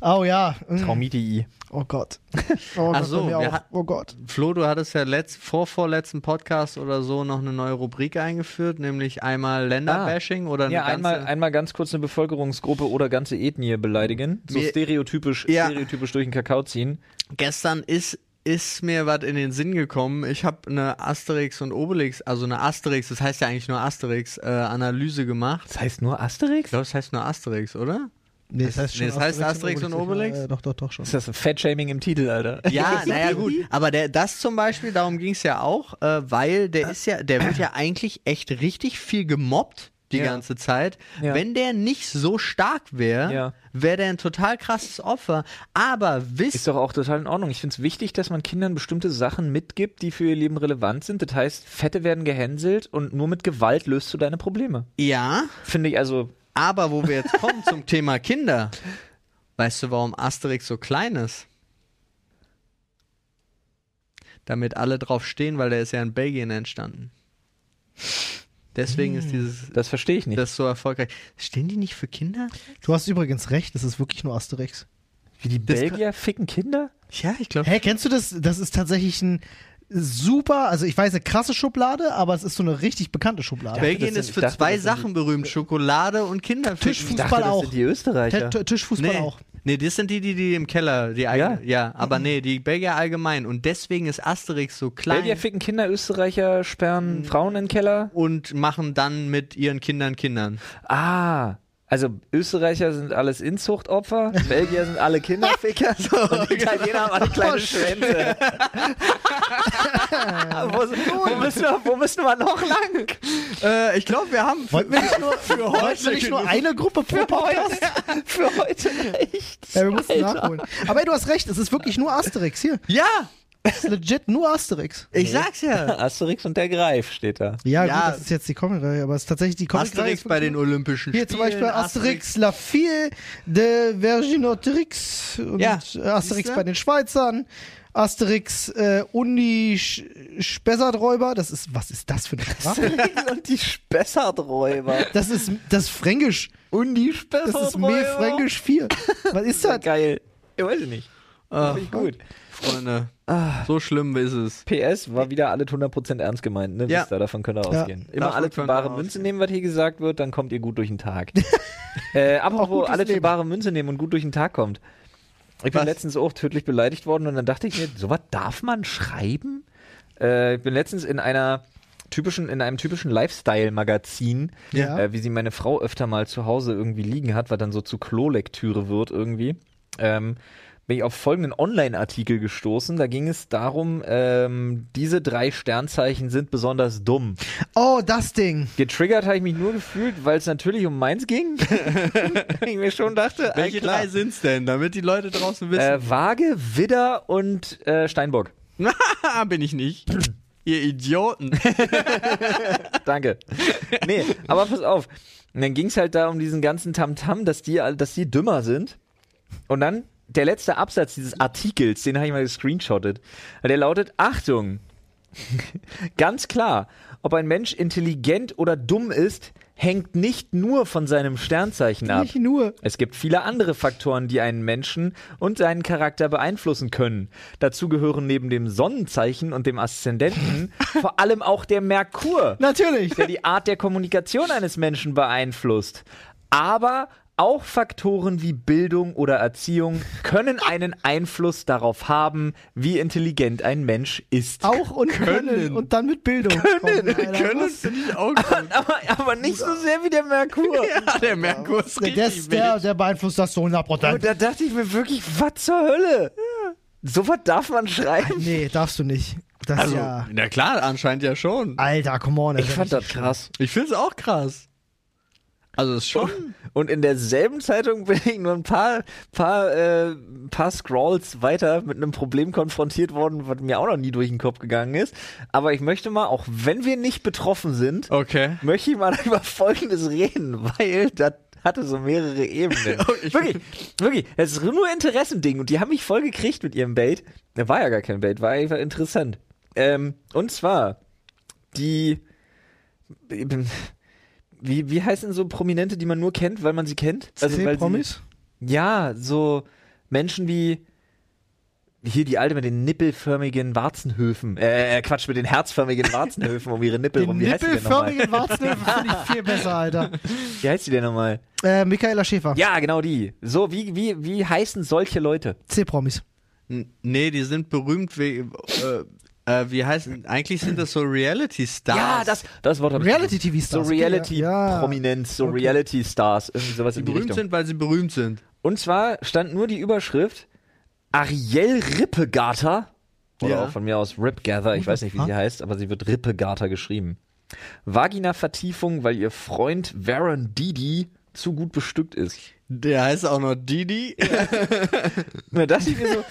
Speaker 1: oh ja. Mm.
Speaker 3: Traumitii.
Speaker 1: Oh Gott. Oh Gott,
Speaker 2: so,
Speaker 1: bei mir
Speaker 2: wir
Speaker 1: auch.
Speaker 2: hat-
Speaker 1: oh Gott.
Speaker 2: Flo, du hattest ja letzt, vor vorletzten Podcast oder so noch eine neue Rubrik eingeführt, nämlich einmal Länderbashing oder eine
Speaker 3: Ja,
Speaker 2: ganze,
Speaker 3: einmal, einmal ganz kurz eine Bevölkerungsgruppe oder ganze Ethnie beleidigen. So
Speaker 2: Mir-
Speaker 3: stereotypisch,
Speaker 2: Ja.
Speaker 3: stereotypisch durch den Kakao ziehen.
Speaker 2: Gestern ist, ist mir was in den Sinn gekommen. Ich habe eine Asterix und Obelix, also eine Asterix, das heißt ja eigentlich nur Asterix, äh, Analyse gemacht.
Speaker 3: Das heißt nur
Speaker 2: Ich
Speaker 3: Asterix?
Speaker 2: glaube, das heißt nur Asterix, oder?
Speaker 1: Nee, das heißt,
Speaker 2: nee, das heißt Asterix und Obelix?
Speaker 1: Ja, äh, doch, doch, doch schon.
Speaker 3: Ist das ein Fettshaming im Titel, Alter?
Speaker 2: Ja, naja, gut. Aber der, das zum Beispiel, darum ging es ja auch, äh, weil der ist ja, der wird ja eigentlich echt richtig viel gemobbt die
Speaker 3: Ja.
Speaker 2: ganze Zeit.
Speaker 3: Ja.
Speaker 2: Wenn der nicht so stark wäre,
Speaker 3: Ja.
Speaker 2: wäre der ein total krasses Opfer. Aber
Speaker 3: Ist
Speaker 2: wisst
Speaker 3: doch auch total in Ordnung. Ich finde es wichtig, dass man Kindern bestimmte Sachen mitgibt, die für ihr Leben relevant sind. Das heißt, Fette werden gehänselt und nur mit Gewalt löst du deine Probleme.
Speaker 2: ja,
Speaker 3: Finde ich also.
Speaker 2: aber wo wir jetzt kommen zum Thema Kinder, weißt du, warum Asterix so klein ist? Damit alle drauf stehen, weil der ist ja in Belgien entstanden. Deswegen
Speaker 3: Hm.
Speaker 2: ist dieses
Speaker 3: Das verstehe ich nicht.
Speaker 2: das ist so erfolgreich. Stehen die nicht für Kinder?
Speaker 1: Du hast übrigens recht, das ist wirklich nur Asterix.
Speaker 3: Wie die
Speaker 2: das-
Speaker 3: Belgier ficken Kinder?
Speaker 2: Ja, ich glaube.
Speaker 1: Hä, kennst du das? Das ist tatsächlich ein super, also ich weiß, eine krasse Schublade, aber es ist so eine richtig bekannte Schublade.
Speaker 2: Belgien
Speaker 3: das sind-
Speaker 2: ist
Speaker 3: ich
Speaker 2: für
Speaker 3: dachte,
Speaker 2: zwei
Speaker 3: das sind die-
Speaker 2: Sachen berühmt: Schokolade und Kinderficken.
Speaker 1: Tischfuß-
Speaker 2: Ich dachte,
Speaker 1: Fußball
Speaker 3: das
Speaker 1: auch.
Speaker 3: sind die
Speaker 1: Te-
Speaker 3: Österreicher.
Speaker 1: Te- Tischfußball
Speaker 2: Nee,
Speaker 1: auch.
Speaker 2: nee, das sind die, die, die im Keller, die eigene, ja. aber nee, die Belgier allgemein. Und deswegen ist Asterix so klein
Speaker 3: Belgier ficken Kinder, Österreicher sperren
Speaker 2: Hm.
Speaker 3: Frauen in den Keller.
Speaker 2: und machen dann mit ihren Kindern Kindern.
Speaker 3: Ah, also Österreicher sind alles Inzuchtopfer, Belgier sind alle Kinderficker und die Italiener haben alle kleine
Speaker 1: Oh,
Speaker 3: Schwänze. wo, wo, müssen wir, wo müssen wir noch lang?
Speaker 2: Äh, ich glaube, wir haben.
Speaker 1: Wollten wir nicht nur, wollten wir nicht nur eine Gruppe pro Podcast?
Speaker 3: Für heute echt.
Speaker 1: Ja, wir mussten
Speaker 3: Alter.
Speaker 1: nachholen. Aber ey, du hast recht, es ist wirklich nur Asterix hier.
Speaker 2: ja,
Speaker 1: Es ist legit nur Asterix.
Speaker 2: ich sag's ja.
Speaker 3: Asterix und der Greif steht da.
Speaker 1: Ja,
Speaker 2: Ja.
Speaker 1: gut, das ist jetzt die Comic-Reihe, aber es ist tatsächlich die Comic-Reihe.
Speaker 2: Asterix
Speaker 1: ist
Speaker 2: bei
Speaker 1: wirklich
Speaker 2: den Olympischen
Speaker 1: Hier
Speaker 2: Spielen.
Speaker 1: zum Beispiel Asterix, La Fille de Verginotrix und
Speaker 2: Ja,
Speaker 1: Asterix
Speaker 2: siehste?
Speaker 1: bei den Schweizern, Asterix äh, Uni Sch- Spessarträuber, das ist, was ist das für eine Sprache?
Speaker 3: Asterix und die Spessarträuber.
Speaker 1: Das ist, das ist Fränkisch,
Speaker 3: Und die
Speaker 1: das
Speaker 3: Spessarträuber. Oh
Speaker 1: ist mehr Fränkisch 4. Was ist das?
Speaker 3: Geil. Ich weiß es nicht.
Speaker 1: Ah.
Speaker 3: Finde ich gut.
Speaker 2: Freunde,
Speaker 3: Ah.
Speaker 2: so schlimm ist es.
Speaker 3: PS war wieder alle 100% ernst gemeint, ne?
Speaker 2: Ja.
Speaker 3: Wisst ihr, davon könnt ihr
Speaker 1: Ja.
Speaker 3: ausgehen. Immer
Speaker 2: Davon
Speaker 3: alle für
Speaker 2: könnt
Speaker 3: bare
Speaker 2: ihr
Speaker 3: Münze
Speaker 2: ausgehen.
Speaker 3: nehmen, was hier gesagt wird, dann kommt ihr gut durch den Tag. äh, apropos,
Speaker 1: gutes
Speaker 3: alle für
Speaker 1: Leben.
Speaker 3: bare Münze nehmen und gut durch den Tag kommt. Ich bin
Speaker 2: Was?
Speaker 3: letztens auch tödlich beleidigt worden und dann dachte ich mir, sowas darf man schreiben? Äh, ich bin letztens in einer typischen, in einem typischen Lifestyle-Magazin,
Speaker 1: Ja.
Speaker 3: äh, wie sie meine Frau öfter mal zu Hause irgendwie liegen hat, was dann so zu Klolektüre wird irgendwie, ähm, bin ich auf folgenden Online-Artikel gestoßen. Da ging es darum, ähm, diese drei Sternzeichen sind besonders dumm.
Speaker 1: Oh, das Ding.
Speaker 3: Getriggert habe ich mich nur gefühlt, weil es natürlich um meins ging. ich mir schon dachte,
Speaker 2: Welche
Speaker 3: ah, klar.
Speaker 2: drei sind's denn, damit die Leute draußen wissen?
Speaker 3: Äh, Waage, Widder und äh, Steinbock.
Speaker 2: Ah, bin ich nicht. Ihr Idioten.
Speaker 3: Danke. Nee, aber pass auf. Und dann ging es halt da um diesen ganzen Tamtam, dass die, all- dass die dümmer sind. Und dann der letzte Absatz dieses Artikels, den habe ich mal gescreenshottet. Der lautet: Achtung! Ganz klar, ob ein Mensch intelligent oder dumm ist, hängt nicht nur von seinem Sternzeichen ab.
Speaker 1: Nicht nur.
Speaker 3: Es gibt viele andere Faktoren, die einen Menschen und seinen Charakter beeinflussen können. Dazu gehören neben dem Sonnenzeichen und dem Aszendenten vor allem auch der Merkur
Speaker 1: Natürlich.
Speaker 3: der die Art der Kommunikation eines Menschen beeinflusst. Aber auch Faktoren wie Bildung oder Erziehung können einen Einfluss darauf haben, wie intelligent ein Mensch ist.
Speaker 1: Auch und können. Und dann mit Bildung. Können,
Speaker 2: Können finde ich auch gut.
Speaker 3: Aber, aber nicht so sehr wie der Merkur.
Speaker 2: Ja, Ah, der Merkur ist
Speaker 1: Der, der,
Speaker 2: richtig
Speaker 1: der, der beeinflusst das zu 100%.
Speaker 3: Und da dachte ich mir wirklich, was zur Hölle? So was darf man schreiben.
Speaker 1: Nee, darfst du nicht. Das
Speaker 2: Also,
Speaker 1: ja.
Speaker 2: na klar, anscheinend ja schon.
Speaker 1: Alter, come on.
Speaker 3: Ich
Speaker 1: Alter.
Speaker 3: fand das krass.
Speaker 2: Ich finde es auch krass. Also es ist schon.
Speaker 3: Und in derselben Zeitung bin ich nur ein paar, paar, äh, paar Scrolls weiter mit einem Problem konfrontiert worden, was mir auch noch nie durch den Kopf gegangen ist. Aber ich möchte mal, auch wenn wir nicht betroffen sind,
Speaker 2: Okay.
Speaker 3: möchte ich mal über Folgendes reden, weil das hatte so mehrere Ebenen.
Speaker 2: Ich-
Speaker 3: wirklich, wirklich, das ist nur Interessending und die haben mich voll gekriegt mit ihrem Bait. Da war ja gar kein Bait, war einfach interessant. Ähm, und zwar die Wie, wie heißen so Prominente, die man nur kennt, weil man sie kennt? Also, weil sie-
Speaker 1: C-Promis?
Speaker 3: Ja, so Menschen wie hier die alte mit den nippelförmigen Warzenhöfen. Äh, Quatsch, mit den herzförmigen Warzenhöfen um ihre Nippel
Speaker 1: Den
Speaker 3: rum. Wie heißt die denn nochmal?
Speaker 1: nippelförmigen Warzenhöfen finde ich viel besser, Alter.
Speaker 3: Wie heißt die denn nochmal?
Speaker 1: Äh, Michaela Schäfer.
Speaker 3: Ja, genau die. So, wie, wie, wie heißen solche Leute?
Speaker 1: C-Promis.
Speaker 2: N- Nee, die sind berühmt wie. Äh, äh, wie heißen. Eigentlich sind das so Reality-Stars.
Speaker 3: Ja, das, das Wort hab ich- So
Speaker 1: Reality-TV-Stars.
Speaker 3: Reality-Prominenz, so
Speaker 1: Okay.
Speaker 3: Reality-Stars, irgendwie sowas
Speaker 2: Die
Speaker 3: in die
Speaker 2: berühmt
Speaker 3: Richtung.
Speaker 2: sind, weil sie berühmt sind.
Speaker 3: Und zwar stand nur die Überschrift Ariel Rippegater. Oder
Speaker 2: Ja.
Speaker 3: auch von mir aus Ripgather, ich weiß nicht, wie sie heißt, aber sie wird Rippegater geschrieben. Vagina-Vertiefung, weil ihr Freund Warren Didi zu gut bestückt ist.
Speaker 2: Der heißt auch noch Didi.
Speaker 3: Und dann dachte ich mir so,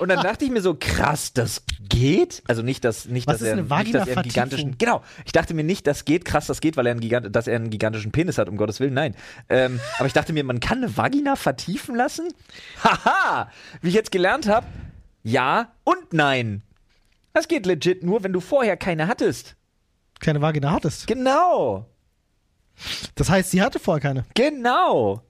Speaker 3: und dann dachte ich mir so, krass, das geht? Also nicht, dass, nicht,
Speaker 1: Was
Speaker 3: dass,
Speaker 1: ist
Speaker 3: er,
Speaker 1: eine
Speaker 3: nicht, dass er einen
Speaker 1: Vagina-Vertiefung?
Speaker 3: gigantischen, genau, ich dachte mir nicht, das geht, krass, das geht, weil er einen, Gigant, dass er einen gigantischen Penis hat, um Gottes Willen, nein. Ähm, aber ich dachte mir, man kann eine Vagina vertiefen lassen? Haha! Wie ich jetzt gelernt habe, ja und nein. Das geht legit nur, wenn du vorher keine hattest.
Speaker 1: Keine Vagina hattest.
Speaker 3: Genau,
Speaker 1: Das heißt, sie hatte vorher keine.
Speaker 3: genau.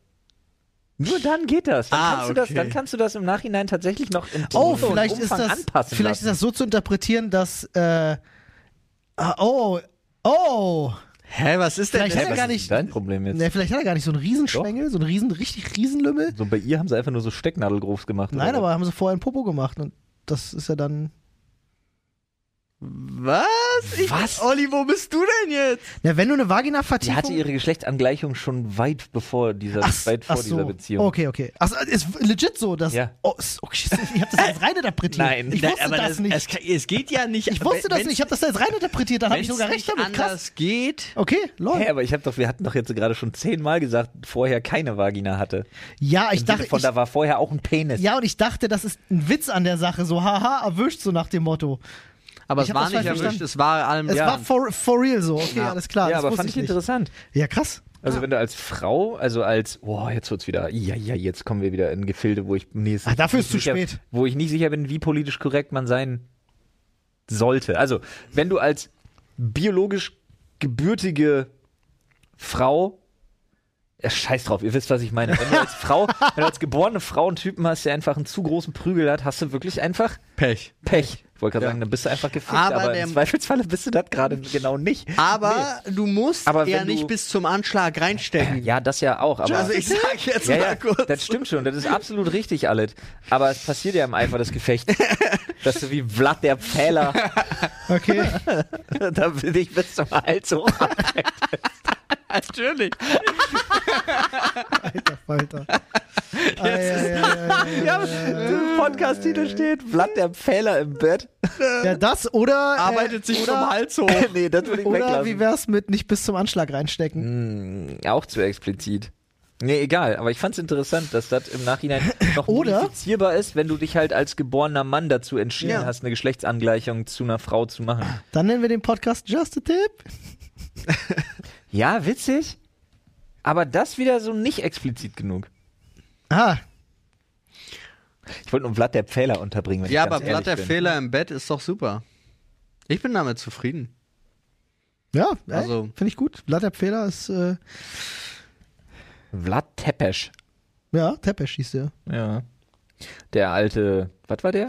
Speaker 3: Nur dann geht das. Dann,
Speaker 2: Ah,
Speaker 3: kannst du das,
Speaker 2: okay.
Speaker 3: dann kannst du das im Nachhinein tatsächlich noch in
Speaker 1: Oh,
Speaker 3: Tiefe und
Speaker 1: vielleicht ist
Speaker 3: Umfang
Speaker 1: das,
Speaker 3: anpassen
Speaker 1: vielleicht
Speaker 3: lassen.
Speaker 1: ist das so zu interpretieren, dass, äh, ah, oh, oh,
Speaker 2: Hä, was ist denn
Speaker 1: Vielleicht
Speaker 2: das?
Speaker 1: hat er gar nicht,
Speaker 3: dein Problem jetzt?
Speaker 1: ne, vielleicht hat er gar nicht so einen Riesenschwengel, so einen riesen, richtig Riesenlümmel.
Speaker 3: So bei ihr haben sie einfach nur so Stecknadelgrofs gemacht.
Speaker 1: Nein,
Speaker 3: oder was?
Speaker 1: aber haben sie vorher einen Popo gemacht und das ist ja dann,
Speaker 2: Was? Ich,
Speaker 3: Was?
Speaker 2: Olli, wo bist du denn jetzt?
Speaker 1: ja, wenn du eine Vagina
Speaker 3: Sie hatte
Speaker 1: vertiefst.
Speaker 3: ihre Geschlechtsangleichung schon weit bevor dieser, weit vor dieser Beziehung.
Speaker 1: Okay, okay. Achso, ist legit so, dass.
Speaker 3: Ja.
Speaker 1: Oh, ist- oh, shit, ich hab das als rein interpretiert.
Speaker 3: Nein.
Speaker 1: ich
Speaker 2: Nein,
Speaker 1: wusste
Speaker 2: aber
Speaker 1: das,
Speaker 2: es,
Speaker 1: nicht.
Speaker 2: Es, kann- es geht ja nicht.
Speaker 1: ich wusste das
Speaker 2: Wenn's-
Speaker 1: nicht. Ich hab das als rein interpretiert. Dann hab ich
Speaker 2: wenn's
Speaker 1: sogar recht
Speaker 2: nicht
Speaker 1: damit.
Speaker 2: anders
Speaker 1: Krass.
Speaker 2: geht.
Speaker 1: Okay, lol.
Speaker 3: Hä, aber ich hab doch, wir hatten doch jetzt gerade schon zehnmal gesagt, vorher keine Vagina hatte.
Speaker 1: Ja, ich
Speaker 3: Im
Speaker 1: dachte.
Speaker 3: Sinne von
Speaker 1: ich,
Speaker 3: da war vorher auch ein Penis.
Speaker 1: ja, und ich dachte, das ist ein Witz an der Sache. So, haha, erwischt, so nach dem Motto.
Speaker 2: Aber
Speaker 1: Ich hab
Speaker 2: es war
Speaker 1: das
Speaker 2: nicht
Speaker 1: falsch
Speaker 2: erwischt,
Speaker 1: verstanden.
Speaker 2: es war allem.
Speaker 1: Es
Speaker 2: ja.
Speaker 1: war for, for real so. Okay,
Speaker 2: Ja.
Speaker 1: alles klar.
Speaker 3: Ja,
Speaker 1: das
Speaker 3: aber
Speaker 1: wusste
Speaker 3: fand ich
Speaker 1: nicht.
Speaker 3: interessant.
Speaker 1: Ja, krass.
Speaker 3: Also wenn du als Frau, also als, boah, jetzt wird's wieder, ja, ja, jetzt kommen wir wieder in Gefilde, wo ich nee, es
Speaker 1: Ah, dafür ist
Speaker 3: nicht
Speaker 1: zu
Speaker 3: sicher,
Speaker 1: spät.
Speaker 3: Wo ich nicht sicher bin, wie politisch korrekt man sein sollte. Also, wenn du als biologisch gebürtige Frau ja, Scheiß drauf, ihr wisst, was ich meine. Wenn du als Frau, wenn du als geborene Frau einen Typen hast, der einfach einen zu großen Prügel hat, hast du wirklich einfach
Speaker 2: Pech.
Speaker 3: Pech. Ich wollte gerade
Speaker 2: Ja.
Speaker 3: sagen, dann bist du einfach gefickt, aber,
Speaker 2: Aber
Speaker 3: im
Speaker 2: der- Ah.
Speaker 3: Zweifelsfalle bist du das gerade genau nicht.
Speaker 2: Aber du musst
Speaker 3: Aber
Speaker 2: ja
Speaker 3: wenn du-
Speaker 2: nicht bis zum Anschlag reinstecken.
Speaker 3: Ja, das ja auch, aber
Speaker 2: Also ich sag jetzt
Speaker 3: Ja,
Speaker 2: mal
Speaker 3: ja,
Speaker 2: kurz.
Speaker 3: das stimmt schon, das ist absolut richtig, alles. Aber es passiert ja im Eifer des Gefechts, dass du wie Vlad der Pfähler
Speaker 1: Okay.
Speaker 3: da bin ich bis zum Hals hoch.
Speaker 2: Natürlich.
Speaker 1: Alter, Falter. Ah, ja, ja, ja, ja.
Speaker 3: Ja, der Podcast-Titel steht Vlad der Pfähler im Bett.
Speaker 1: ja, das oder. äh,
Speaker 2: Arbeitet sich
Speaker 1: oder,
Speaker 2: zum Hals hoch.
Speaker 3: nee, das würde ich
Speaker 1: Oder wie
Speaker 3: weglassen.
Speaker 1: wär's mit nicht bis zum Anschlag reinstecken?
Speaker 3: Auch zu explizit. Nee, egal, aber ich fand's interessant, dass das im Nachhinein noch
Speaker 1: Oder-
Speaker 3: modifizierbar ist, wenn du dich halt als geborener Mann dazu entschieden
Speaker 2: Ja.
Speaker 3: hast, eine Geschlechtsangleichung zu einer Frau zu machen.
Speaker 1: Dann nennen wir den Podcast Just a Tip.
Speaker 3: Ja, witzig. Aber das wieder so nicht explizit genug.
Speaker 1: Ah,
Speaker 3: Ich wollte nur Vlad der Pfähler unterbringen. Wenn
Speaker 2: Ja,
Speaker 3: ich ganz
Speaker 2: aber
Speaker 3: ehrlich
Speaker 2: Blatt der
Speaker 3: bin.
Speaker 2: Fehler im Bett ist doch super. Ich bin damit zufrieden.
Speaker 1: ja, also,
Speaker 2: Also-
Speaker 1: finde ich gut. Vlad der Pfähler ist, äh,
Speaker 3: Vlad Tepesch.
Speaker 1: ja, Teppich hieß der.
Speaker 3: Ja. Der alte, was war der?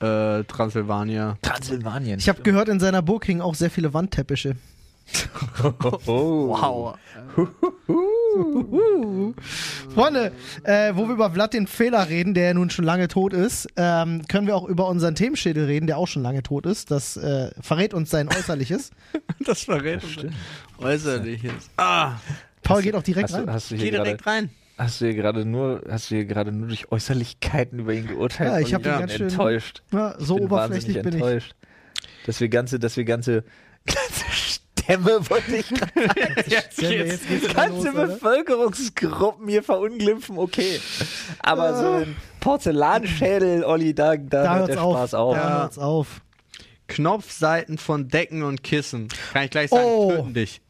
Speaker 2: Äh, Transylvania.
Speaker 3: Transsilvanien.
Speaker 1: Ich habe gehört, in seiner Burg hingen auch sehr viele Wandteppiche.
Speaker 3: oh.
Speaker 2: Wow.
Speaker 3: Uh.
Speaker 1: Freunde, äh, wo wir über Vlad den Fehler reden, der ja nun schon lange tot ist, ähm, können wir auch über unseren Themenschädel reden, der auch schon lange tot ist. Das äh, verrät uns sein Äußerliches.
Speaker 2: Das verrät uns äußerlich jetzt. Ah,
Speaker 1: Paul geht auch direkt
Speaker 3: Hast du,
Speaker 1: rein.
Speaker 3: hast, du
Speaker 2: geh
Speaker 3: hier gerade,
Speaker 2: direkt rein.
Speaker 3: hast du hier gerade nur, hast du hier gerade nur durch Äußerlichkeiten über ihn geurteilt?
Speaker 1: Ja, ich
Speaker 3: Olli?
Speaker 1: hab ihn
Speaker 3: bin
Speaker 1: ganz schön-
Speaker 3: enttäuscht.
Speaker 1: Ja,
Speaker 3: Ich
Speaker 1: so
Speaker 3: bin
Speaker 1: oberflächlich
Speaker 3: wahnsinnig
Speaker 1: bin ich.
Speaker 3: enttäuscht. Dass wir ganze, dass wir ganze, ganze Stämme wollte ich gerade
Speaker 2: Jetzt
Speaker 1: Stell mir jetzt geht's wieder
Speaker 3: ganze
Speaker 1: los, Alter.
Speaker 3: Bevölkerungsgruppen hier verunglimpfen, okay. Aber so ein Porzellanschädel, Olli, da, Ah. da,
Speaker 1: Da
Speaker 3: hört
Speaker 1: hört's
Speaker 3: der
Speaker 1: auf.
Speaker 3: Spaß auf.
Speaker 1: Da
Speaker 2: Ja.
Speaker 1: hört's auf.
Speaker 2: Knopfseiten von Decken und Kissen. Kann ich gleich sagen,
Speaker 1: Oh.
Speaker 2: töten dich.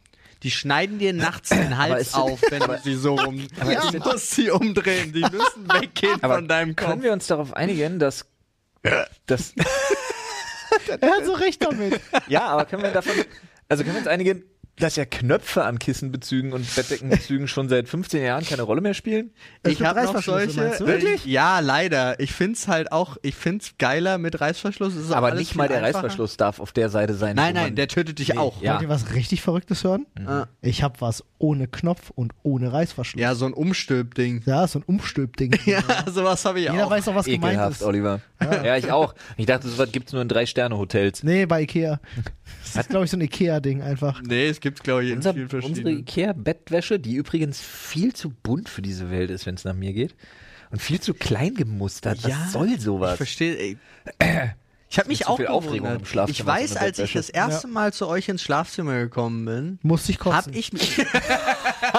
Speaker 2: Die schneiden dir nachts den Hals
Speaker 3: ist-
Speaker 2: auf, wenn du sie so rum.
Speaker 3: ist-
Speaker 2: Du musst sie umdrehen. Die müssen weggehen
Speaker 3: Aber
Speaker 2: von deinem Kopf.
Speaker 3: Können wir uns darauf einigen, dass, dass
Speaker 1: Er hat so recht damit.
Speaker 3: ja, aber können wir davon, also können wir uns einigen, dass ja Knöpfe an Kissenbezügen und Bettdeckenbezügen schon seit 15 Jahren keine Rolle mehr spielen.
Speaker 2: Ich
Speaker 1: mit
Speaker 2: habe noch
Speaker 1: Reißverschlüsse,
Speaker 2: solche.
Speaker 1: meinst du?
Speaker 3: Wirklich?
Speaker 2: Ja, leider. Ich find's halt auch, ich find's geiler mit Reißverschluss. Es Ist auch
Speaker 3: Aber
Speaker 2: alles
Speaker 3: nicht mal
Speaker 2: viel
Speaker 3: der
Speaker 2: einfacher.
Speaker 3: Reißverschluss darf auf der Seite sein.
Speaker 2: Nein,
Speaker 3: wo
Speaker 2: nein,
Speaker 3: man-
Speaker 2: der tötet dich
Speaker 3: Nee,
Speaker 2: auch.
Speaker 3: ja.
Speaker 1: Wollt ihr was richtig Verrücktes hören?
Speaker 2: Ah.
Speaker 1: Ich habe was ohne Knopf und ohne Reißverschluss.
Speaker 2: Ja, so ein Umstülpding.
Speaker 1: Ja, so ein Umstülpding.
Speaker 2: Ja, sowas habe ich
Speaker 1: Jeder
Speaker 2: auch.
Speaker 1: weiß doch, was gemeint
Speaker 3: Ekelhaft,
Speaker 1: ist.
Speaker 3: Oliver. Ja. ich auch. Ich dachte, sowas gibt es nur in Drei-Sterne-Hotels.
Speaker 1: Nee, bei Ikea. Das ist, glaube ich, so ein Ikea-Ding einfach.
Speaker 2: Nee, es gibt, glaube ich, in
Speaker 3: Unser,
Speaker 2: vielen
Speaker 3: unsere
Speaker 2: verschiedenen.
Speaker 3: Ikea-Bettwäsche, die übrigens viel zu bunt für diese Welt ist, wenn es nach mir geht. Und viel zu klein gemustert. Was
Speaker 2: Ja,
Speaker 3: soll sowas?
Speaker 2: Ich verstehe. ey. Ich habe mich
Speaker 3: zu
Speaker 2: auch
Speaker 3: viel Aufregung
Speaker 2: gewundert.
Speaker 3: im Schlafzimmer,
Speaker 2: Ich
Speaker 3: so eine
Speaker 2: weiß, als ich
Speaker 3: Bettwäsche.
Speaker 2: das erste Mal zu euch ins Schlafzimmer gekommen bin,
Speaker 1: Musste ich
Speaker 2: habe
Speaker 1: kotzen.
Speaker 2: ich mich.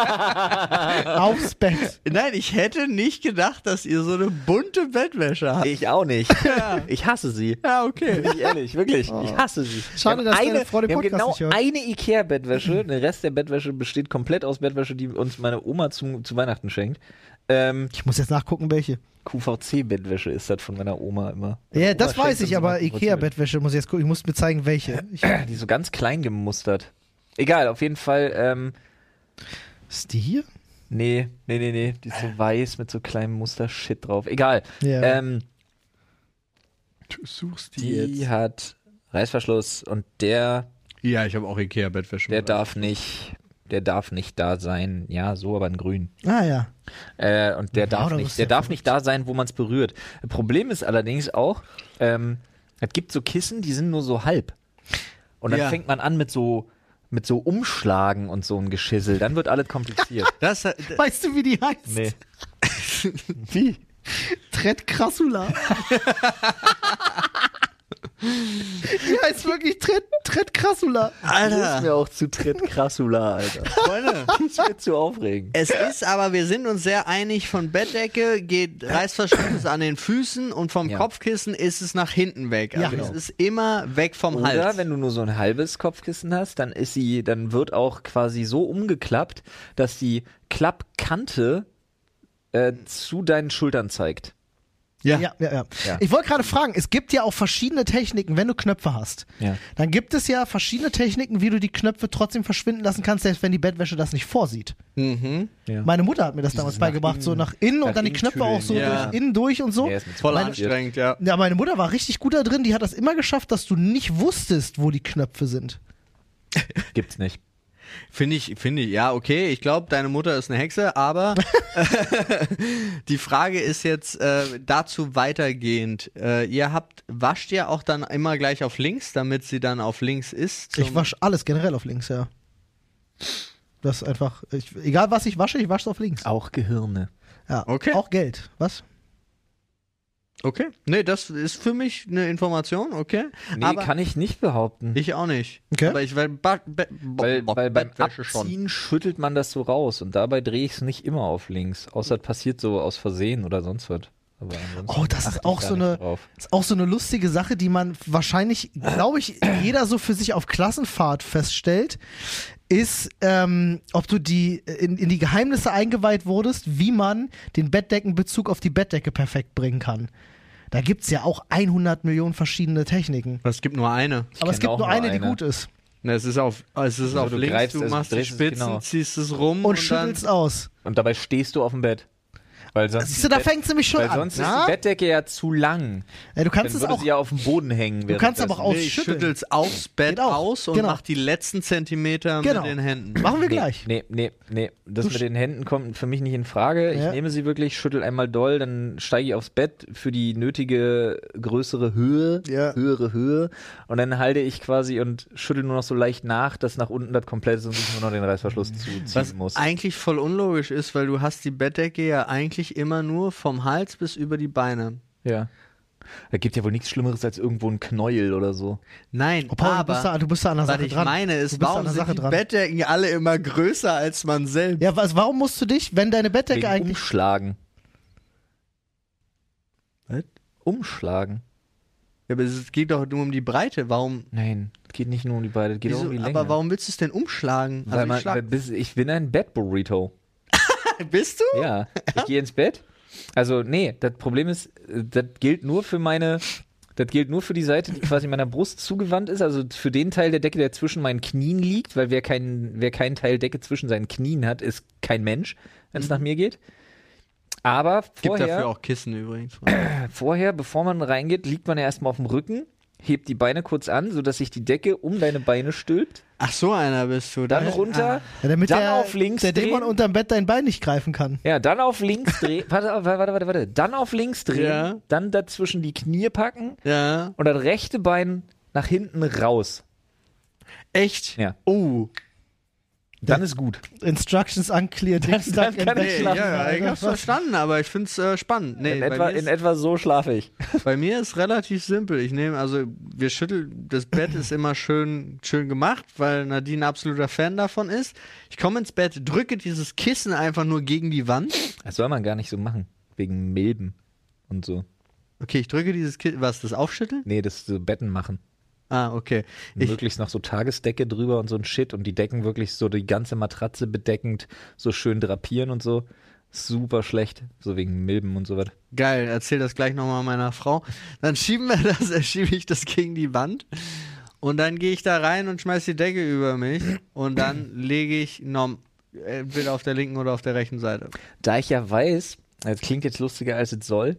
Speaker 1: Aufs Bett.
Speaker 2: Nein, ich hätte nicht gedacht, dass ihr so eine bunte Bettwäsche habt.
Speaker 3: Ich auch nicht. Ich hasse sie.
Speaker 2: Ja, okay.
Speaker 3: Bin ich ehrlich, wirklich. Ich hasse sie.
Speaker 1: Oh. Schade,
Speaker 3: wir haben
Speaker 1: dass deine
Speaker 3: eine,
Speaker 1: Frau den
Speaker 3: wir haben
Speaker 1: Podcast
Speaker 3: genau
Speaker 1: nicht hört.
Speaker 3: eine Ikea-Bettwäsche. Der Rest der Bettwäsche besteht komplett aus Bettwäsche, die uns meine Oma zu, zu Weihnachten schenkt. Ähm,
Speaker 1: Ich muss jetzt nachgucken, welche.
Speaker 3: QVC-Bettwäsche ist das von meiner Oma immer.
Speaker 1: Ja,
Speaker 3: Meine
Speaker 1: das
Speaker 3: Oma
Speaker 1: weiß
Speaker 3: schenkt
Speaker 1: ich,
Speaker 3: uns
Speaker 1: aber
Speaker 3: immer QVC.
Speaker 1: Ikea-Bettwäsche muss ich jetzt gucken. Ich muss mir zeigen, welche. Ich,
Speaker 3: Die ist so ganz klein gemustert. Egal, auf jeden Fall. Ähm,
Speaker 1: ist die hier?
Speaker 3: nee, nee, nee, nee. Die ist so weiß mit so kleinem Muster-Shit drauf. Egal.
Speaker 1: Ja.
Speaker 3: Ähm,
Speaker 2: Du suchst
Speaker 3: die hat Reißverschluss und der
Speaker 2: Ja, ich habe auch Ikea-Bettwäsche.
Speaker 3: Der darf nicht, der darf nicht da sein. Ja, so, aber in grün.
Speaker 1: Ah ja.
Speaker 3: Äh, und der
Speaker 1: Wow,
Speaker 3: darf
Speaker 1: da
Speaker 3: nicht,
Speaker 1: bist
Speaker 3: der
Speaker 1: du ja
Speaker 3: darf nicht da sein, wo man es berührt. Problem ist allerdings auch, ähm, es gibt so Kissen, die sind nur so halb. Und dann
Speaker 2: Ja.
Speaker 3: fängt man an mit so, mit so Umschlagen und so ein Geschissel. Dann wird alles kompliziert.
Speaker 2: Das, äh,
Speaker 1: Weißt du, wie die heißt?
Speaker 3: nee.
Speaker 1: Wie? Tret Crassula. die heißt wirklich Tret, Tret Crassula.
Speaker 3: Das ist mir auch zu tritt krassula, Alter.
Speaker 2: Freunde.
Speaker 3: Das wird zu aufregend.
Speaker 2: Es ist aber, wir sind uns sehr einig, von Bettdecke geht Reißverschluss an den Füßen und vom
Speaker 3: Äh. Ja.
Speaker 2: Kopfkissen ist es nach hinten weg. Also
Speaker 1: Ja.
Speaker 2: es ist immer weg vom
Speaker 3: Oder
Speaker 2: Hals.
Speaker 3: wenn du nur so ein halbes Kopfkissen hast, dann ist sie, dann wird auch quasi so umgeklappt, dass die Klappkante äh, zu deinen Schultern zeigt.
Speaker 2: ja.
Speaker 1: Ja, ja, ja.
Speaker 3: Ja.
Speaker 1: Ich wollte gerade fragen, es gibt ja auch verschiedene Techniken, wenn du Knöpfe hast.
Speaker 3: Ja.
Speaker 1: Dann gibt es ja verschiedene Techniken, wie du die Knöpfe trotzdem verschwinden lassen kannst, selbst wenn die Bettwäsche das nicht vorsieht.
Speaker 2: Mhm.
Speaker 3: Ja.
Speaker 1: Meine Mutter hat mir das damals
Speaker 3: nach
Speaker 1: beigebracht, so
Speaker 3: innen-
Speaker 1: nach innen
Speaker 3: nach
Speaker 1: und dann die
Speaker 3: innen
Speaker 1: Knöpfe auch so
Speaker 3: tüdeln,
Speaker 2: ja.
Speaker 1: durch, innen durch und so.
Speaker 3: Der ist mit
Speaker 2: Voll
Speaker 3: Meine-
Speaker 2: anstrengend, ja.
Speaker 1: Ja, meine Mutter war richtig gut da drin. Die hat das immer geschafft, dass du nicht wusstest, wo die Knöpfe sind.
Speaker 3: Gibt's nicht.
Speaker 2: Finde ich, finde ich, ja, okay. Ich glaube, deine Mutter ist eine Hexe, aber äh, die Frage ist jetzt äh, dazu weitergehend. Äh, ihr habt, wascht ihr auch dann immer gleich auf links, damit sie dann auf links ist?
Speaker 1: ich wasche alles generell auf links, ja. Das ist einfach, ich, egal was ich wasche, ich wasche es auf links.
Speaker 3: Auch Gehirne.
Speaker 1: Ja,
Speaker 2: Okay.
Speaker 1: Auch Geld. Was?
Speaker 2: Okay. Nee, das ist für mich eine Information, okay.
Speaker 3: Nee,
Speaker 2: aber
Speaker 3: kann ich nicht behaupten.
Speaker 2: ich auch nicht.
Speaker 1: Okay.
Speaker 2: Aber ich weil, ba, be, bo,
Speaker 3: weil,
Speaker 2: bo-
Speaker 3: weil beim
Speaker 2: Bettwäsche
Speaker 3: Abziehen schüttelt man das so raus und dabei drehe ich es nicht immer auf links. Außer das passiert so aus Versehen oder sonst was. Aber ansonsten
Speaker 1: Oh, das ist
Speaker 3: achte ich
Speaker 1: auch
Speaker 3: da
Speaker 1: so
Speaker 3: nicht
Speaker 1: eine-
Speaker 3: Drauf.
Speaker 1: Ist auch so eine lustige Sache, die man wahrscheinlich, glaube ich, jeder so für sich auf Klassenfahrt feststellt, ist, ähm, ob du die in, in die Geheimnisse eingeweiht wurdest, wie man den Bettdeckenbezug auf die Bettdecke perfekt bringen kann. Da gibt's ja auch 100 Millionen verschiedene Techniken.
Speaker 2: Es gibt nur eine.
Speaker 1: Aber es gibt
Speaker 3: kenn auch
Speaker 1: nur
Speaker 3: nur
Speaker 1: eine, die
Speaker 3: eine.
Speaker 1: gut ist.
Speaker 2: Ne, es ist auf, es ist
Speaker 3: Also
Speaker 2: auf
Speaker 3: du
Speaker 2: links,
Speaker 3: greifst
Speaker 2: du
Speaker 3: es,
Speaker 2: machst die
Speaker 3: drehst es,
Speaker 2: Spitzen,
Speaker 3: genau.
Speaker 2: ziehst es rum
Speaker 1: Und,
Speaker 2: dann,
Speaker 1: schüttelst aus.
Speaker 3: Und dabei stehst du auf dem Bett. Weil sonst
Speaker 1: Siehst du, da
Speaker 3: Bett-
Speaker 1: fängt's nämlich schon
Speaker 3: Weil
Speaker 1: an.
Speaker 3: sonst ist
Speaker 1: Na?
Speaker 3: die Bettdecke ja zu lang.
Speaker 1: Ja, du kannst
Speaker 3: Dann
Speaker 1: es
Speaker 3: würde
Speaker 1: auch.
Speaker 3: sie ja auf dem Boden hängen.
Speaker 1: Du kannst aber auch
Speaker 2: nee, ich
Speaker 1: ausschütteln.
Speaker 2: schüttel's aufs Bett
Speaker 1: Geht auch.
Speaker 2: aus und
Speaker 1: Genau.
Speaker 2: mach die letzten Zentimeter
Speaker 1: Genau.
Speaker 2: mit den Händen.
Speaker 1: Machen wir
Speaker 3: Nee,
Speaker 1: gleich.
Speaker 3: nee, nee, nee. Das
Speaker 1: Du
Speaker 3: mit
Speaker 1: sch-
Speaker 3: den Händen kommt für mich nicht in Frage.
Speaker 1: Ja.
Speaker 3: Ich nehme sie wirklich, schüttel einmal doll, dann steige ich aufs Bett für die nötige größere Höhe,
Speaker 1: Ja.
Speaker 3: höhere Höhe. Und dann halte ich quasi und schüttel nur noch so leicht nach, dass nach unten das komplett ist und ich nur noch den Reißverschluss zuziehen
Speaker 2: Was
Speaker 3: muss.
Speaker 2: eigentlich voll unlogisch ist, weil du hast die Bettdecke ja eigentlich immer nur vom Hals bis über die Beine.
Speaker 3: Ja. Da gibt ja wohl nichts Schlimmeres als irgendwo ein Knäuel oder so.
Speaker 2: Nein,
Speaker 1: Oh, Paul, du
Speaker 2: aber
Speaker 1: bist da- du bist da an der
Speaker 2: was
Speaker 1: Sache
Speaker 2: ich
Speaker 1: dran.
Speaker 2: meine
Speaker 1: Du
Speaker 2: ist,
Speaker 1: bist da an
Speaker 2: warum
Speaker 1: der
Speaker 2: sind
Speaker 1: Sache
Speaker 2: die
Speaker 1: dran.
Speaker 2: Bettdecken alle immer größer als man selbst?
Speaker 1: Ja, was, warum musst du dich, wenn deine Bettdecke
Speaker 3: Wegen
Speaker 1: eigentlich.
Speaker 3: Umschlagen.
Speaker 2: Was?
Speaker 3: Umschlagen.
Speaker 2: Ja, aber es geht doch nur um die Breite. Warum?
Speaker 3: Nein, es geht nicht nur um die beiden, es geht auch
Speaker 2: Wieso,
Speaker 3: um die Länge.
Speaker 2: aber warum willst du es denn umschlagen?
Speaker 3: Weil
Speaker 2: Also ich
Speaker 3: man,
Speaker 2: schlag-
Speaker 3: weil bis, ich bin ein Bett-Burrito.
Speaker 2: bist du?
Speaker 3: Ja, ich gehe ins Bett. Also, nee, das Problem ist, äh, das gilt nur für meine Das gilt nur für die Seite, die quasi meiner Brust zugewandt ist, also für den Teil der Decke, der zwischen meinen Knien liegt, weil wer keinen wer keinen Teil Decke zwischen seinen Knien hat, ist kein Mensch, wenn es nach mir geht. Aber
Speaker 2: Mhm. Gibt
Speaker 3: vorher,
Speaker 2: dafür auch Kissen übrigens.
Speaker 3: vorher, bevor man reingeht, liegt man ja erstmal auf dem Rücken, hebt die Beine kurz an, sodass sich die Decke um deine Beine stülpt,
Speaker 2: Ach, so einer bist du.
Speaker 3: dann
Speaker 2: Da-
Speaker 3: runter,
Speaker 2: ah,
Speaker 1: Ja, damit
Speaker 3: dann
Speaker 1: der,
Speaker 3: auf links
Speaker 1: der
Speaker 3: drehen.
Speaker 1: Dämon unterm Bett dein Bein nicht greifen kann.
Speaker 3: Ja, dann auf links drehen. warte, warte, warte, warte, warte. Dann auf links drehen,
Speaker 2: Ja.
Speaker 3: dann dazwischen die Knie packen
Speaker 2: Ah, ja.
Speaker 3: und das rechte Bein nach hinten raus.
Speaker 2: Echt?
Speaker 3: Ja.
Speaker 2: Oh.
Speaker 3: Dann ist gut.
Speaker 1: Instructions unclear, Dings
Speaker 3: dann
Speaker 1: stuck in
Speaker 3: kann ich
Speaker 1: Bed
Speaker 2: Nee, ja,
Speaker 3: Ich lach,
Speaker 1: schlafen,
Speaker 2: ja, ich
Speaker 1: Alter.
Speaker 2: hab's verstanden, aber ich find's äh, spannend. Nee,
Speaker 3: in,
Speaker 2: bei,
Speaker 3: etwa,
Speaker 2: mir
Speaker 3: in
Speaker 2: ist,
Speaker 3: etwa so schlafe ich.
Speaker 2: bei mir ist relativ simpel. Ich nehme, also wir schütteln, das Bett ist immer schön, schön gemacht, weil Nadine ein absoluter Fan davon ist. Ich komme ins Bett, drücke dieses Kissen einfach nur gegen die Wand.
Speaker 3: Das soll man gar nicht so machen. Wegen Milben und so.
Speaker 2: Okay, ich drücke dieses Kissen. Was, das Aufschütteln?
Speaker 3: Nee, das so Betten machen.
Speaker 2: Ah, okay.
Speaker 3: Und
Speaker 2: Ich,
Speaker 3: möglichst noch so Tagesdecke drüber und so ein Shit und die Decken wirklich so die ganze Matratze bedeckend, so schön drapieren und so. Super schlecht. So wegen Milben und so was.
Speaker 2: Geil, erzähl das gleich nochmal meiner Frau. Dann schieben wir das, äh, schiebe ich das gegen die Wand. Und dann gehe ich da rein und schmeiß die Decke über mich. Und dann lege ich norm entweder auf der linken oder auf der rechten Seite.
Speaker 3: Da ich ja weiß, das klingt jetzt lustiger als es soll.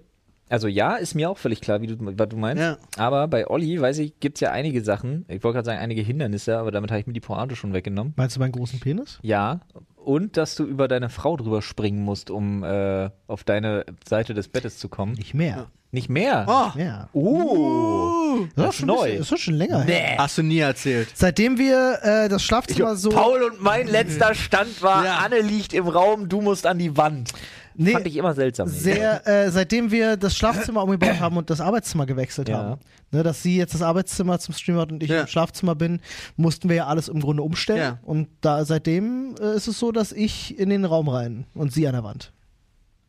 Speaker 3: Also ja, ist mir auch völlig klar, wie du, was du meinst.
Speaker 2: Ja.
Speaker 3: Aber bei Olli, weiß ich, gibt es ja einige Sachen. Ich wollte gerade sagen, einige Hindernisse, aber damit habe ich mir die Pointe schon weggenommen.
Speaker 1: Meinst du meinen großen Penis?
Speaker 3: Ja. Und dass du über deine Frau drüber springen musst, um äh, auf deine Seite des Bettes zu kommen.
Speaker 1: Nicht mehr.
Speaker 3: Nicht mehr.
Speaker 1: Ah.
Speaker 2: Oh!
Speaker 1: Ja.
Speaker 3: Oh.
Speaker 1: Das
Speaker 3: ist
Speaker 1: ist schon
Speaker 3: Ah, neu.
Speaker 1: neu. Bisschen, das ist schon länger her.
Speaker 2: Hast du nie erzählt.
Speaker 1: Seitdem wir äh, das Schlafzimmer so.
Speaker 3: Paul und mein letzter Stand war,
Speaker 2: Ja.
Speaker 3: Anne liegt im Raum, du musst an die Wand.
Speaker 1: Nee.
Speaker 3: Fand ich immer seltsam.
Speaker 1: sehr, äh, seitdem wir das Schlafzimmer umgebaut haben und das Arbeitszimmer gewechselt
Speaker 3: Ja.
Speaker 1: haben, ne, dass sie jetzt das Arbeitszimmer zum Stream hat und ich
Speaker 2: Ja.
Speaker 1: im Schlafzimmer bin, mussten wir ja alles im Grunde umstellen.
Speaker 2: Ja.
Speaker 1: Und da seitdem äh, ist es so, dass ich in den Raum rein und sie an der Wand.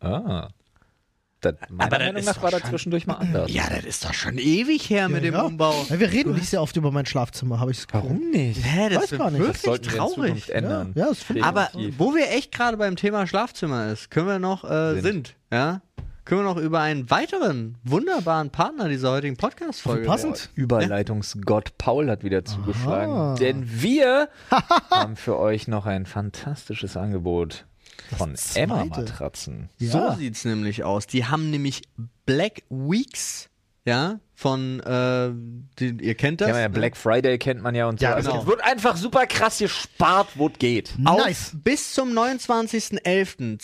Speaker 3: Ah. Das, meiner
Speaker 2: Aber das
Speaker 3: Meinung
Speaker 2: ist
Speaker 3: nach
Speaker 2: doch
Speaker 3: war das
Speaker 2: schon-
Speaker 3: zwischendurch mal anders.
Speaker 2: Ja, das ist doch schon ewig her mit dem
Speaker 1: Ja.
Speaker 2: Umbau.
Speaker 1: Ja, wir reden nicht sehr oft über mein Schlafzimmer, habe ich das Gefühl.
Speaker 3: nicht?
Speaker 2: Hä, das
Speaker 1: Weiß
Speaker 2: ist
Speaker 1: gar nicht.
Speaker 2: wirklich
Speaker 3: Sollten wir in
Speaker 2: traurig. ne?
Speaker 3: Zukunft ändern.
Speaker 1: Ja, ja, das finde ich
Speaker 2: Aber wo wir echt gerade beim Thema Schlafzimmer ist, können wir noch äh,
Speaker 3: Sind.
Speaker 2: sind. ja, können wir noch über einen weiteren wunderbaren Partner dieser heutigen Podcast-Folge.
Speaker 1: Wie passend.
Speaker 3: Überleitungsgott Paul hat wieder zugeschlagen.
Speaker 1: Aha.
Speaker 3: Denn wir haben für euch noch ein fantastisches Angebot von
Speaker 1: zweite.
Speaker 3: Emma Matratzen.
Speaker 2: So
Speaker 1: Ja.
Speaker 2: sieht's nämlich aus. Die haben nämlich Black Weeks, ja, von äh, die, ihr kennt das.
Speaker 3: Ja, ja,
Speaker 2: ne?
Speaker 3: Black Friday kennt man ja und so.
Speaker 1: Ja,
Speaker 3: Also
Speaker 2: genau.
Speaker 3: es wird einfach super krass gespart, wo es geht.
Speaker 2: Auf
Speaker 1: Nice.
Speaker 2: Bis zum 29.11.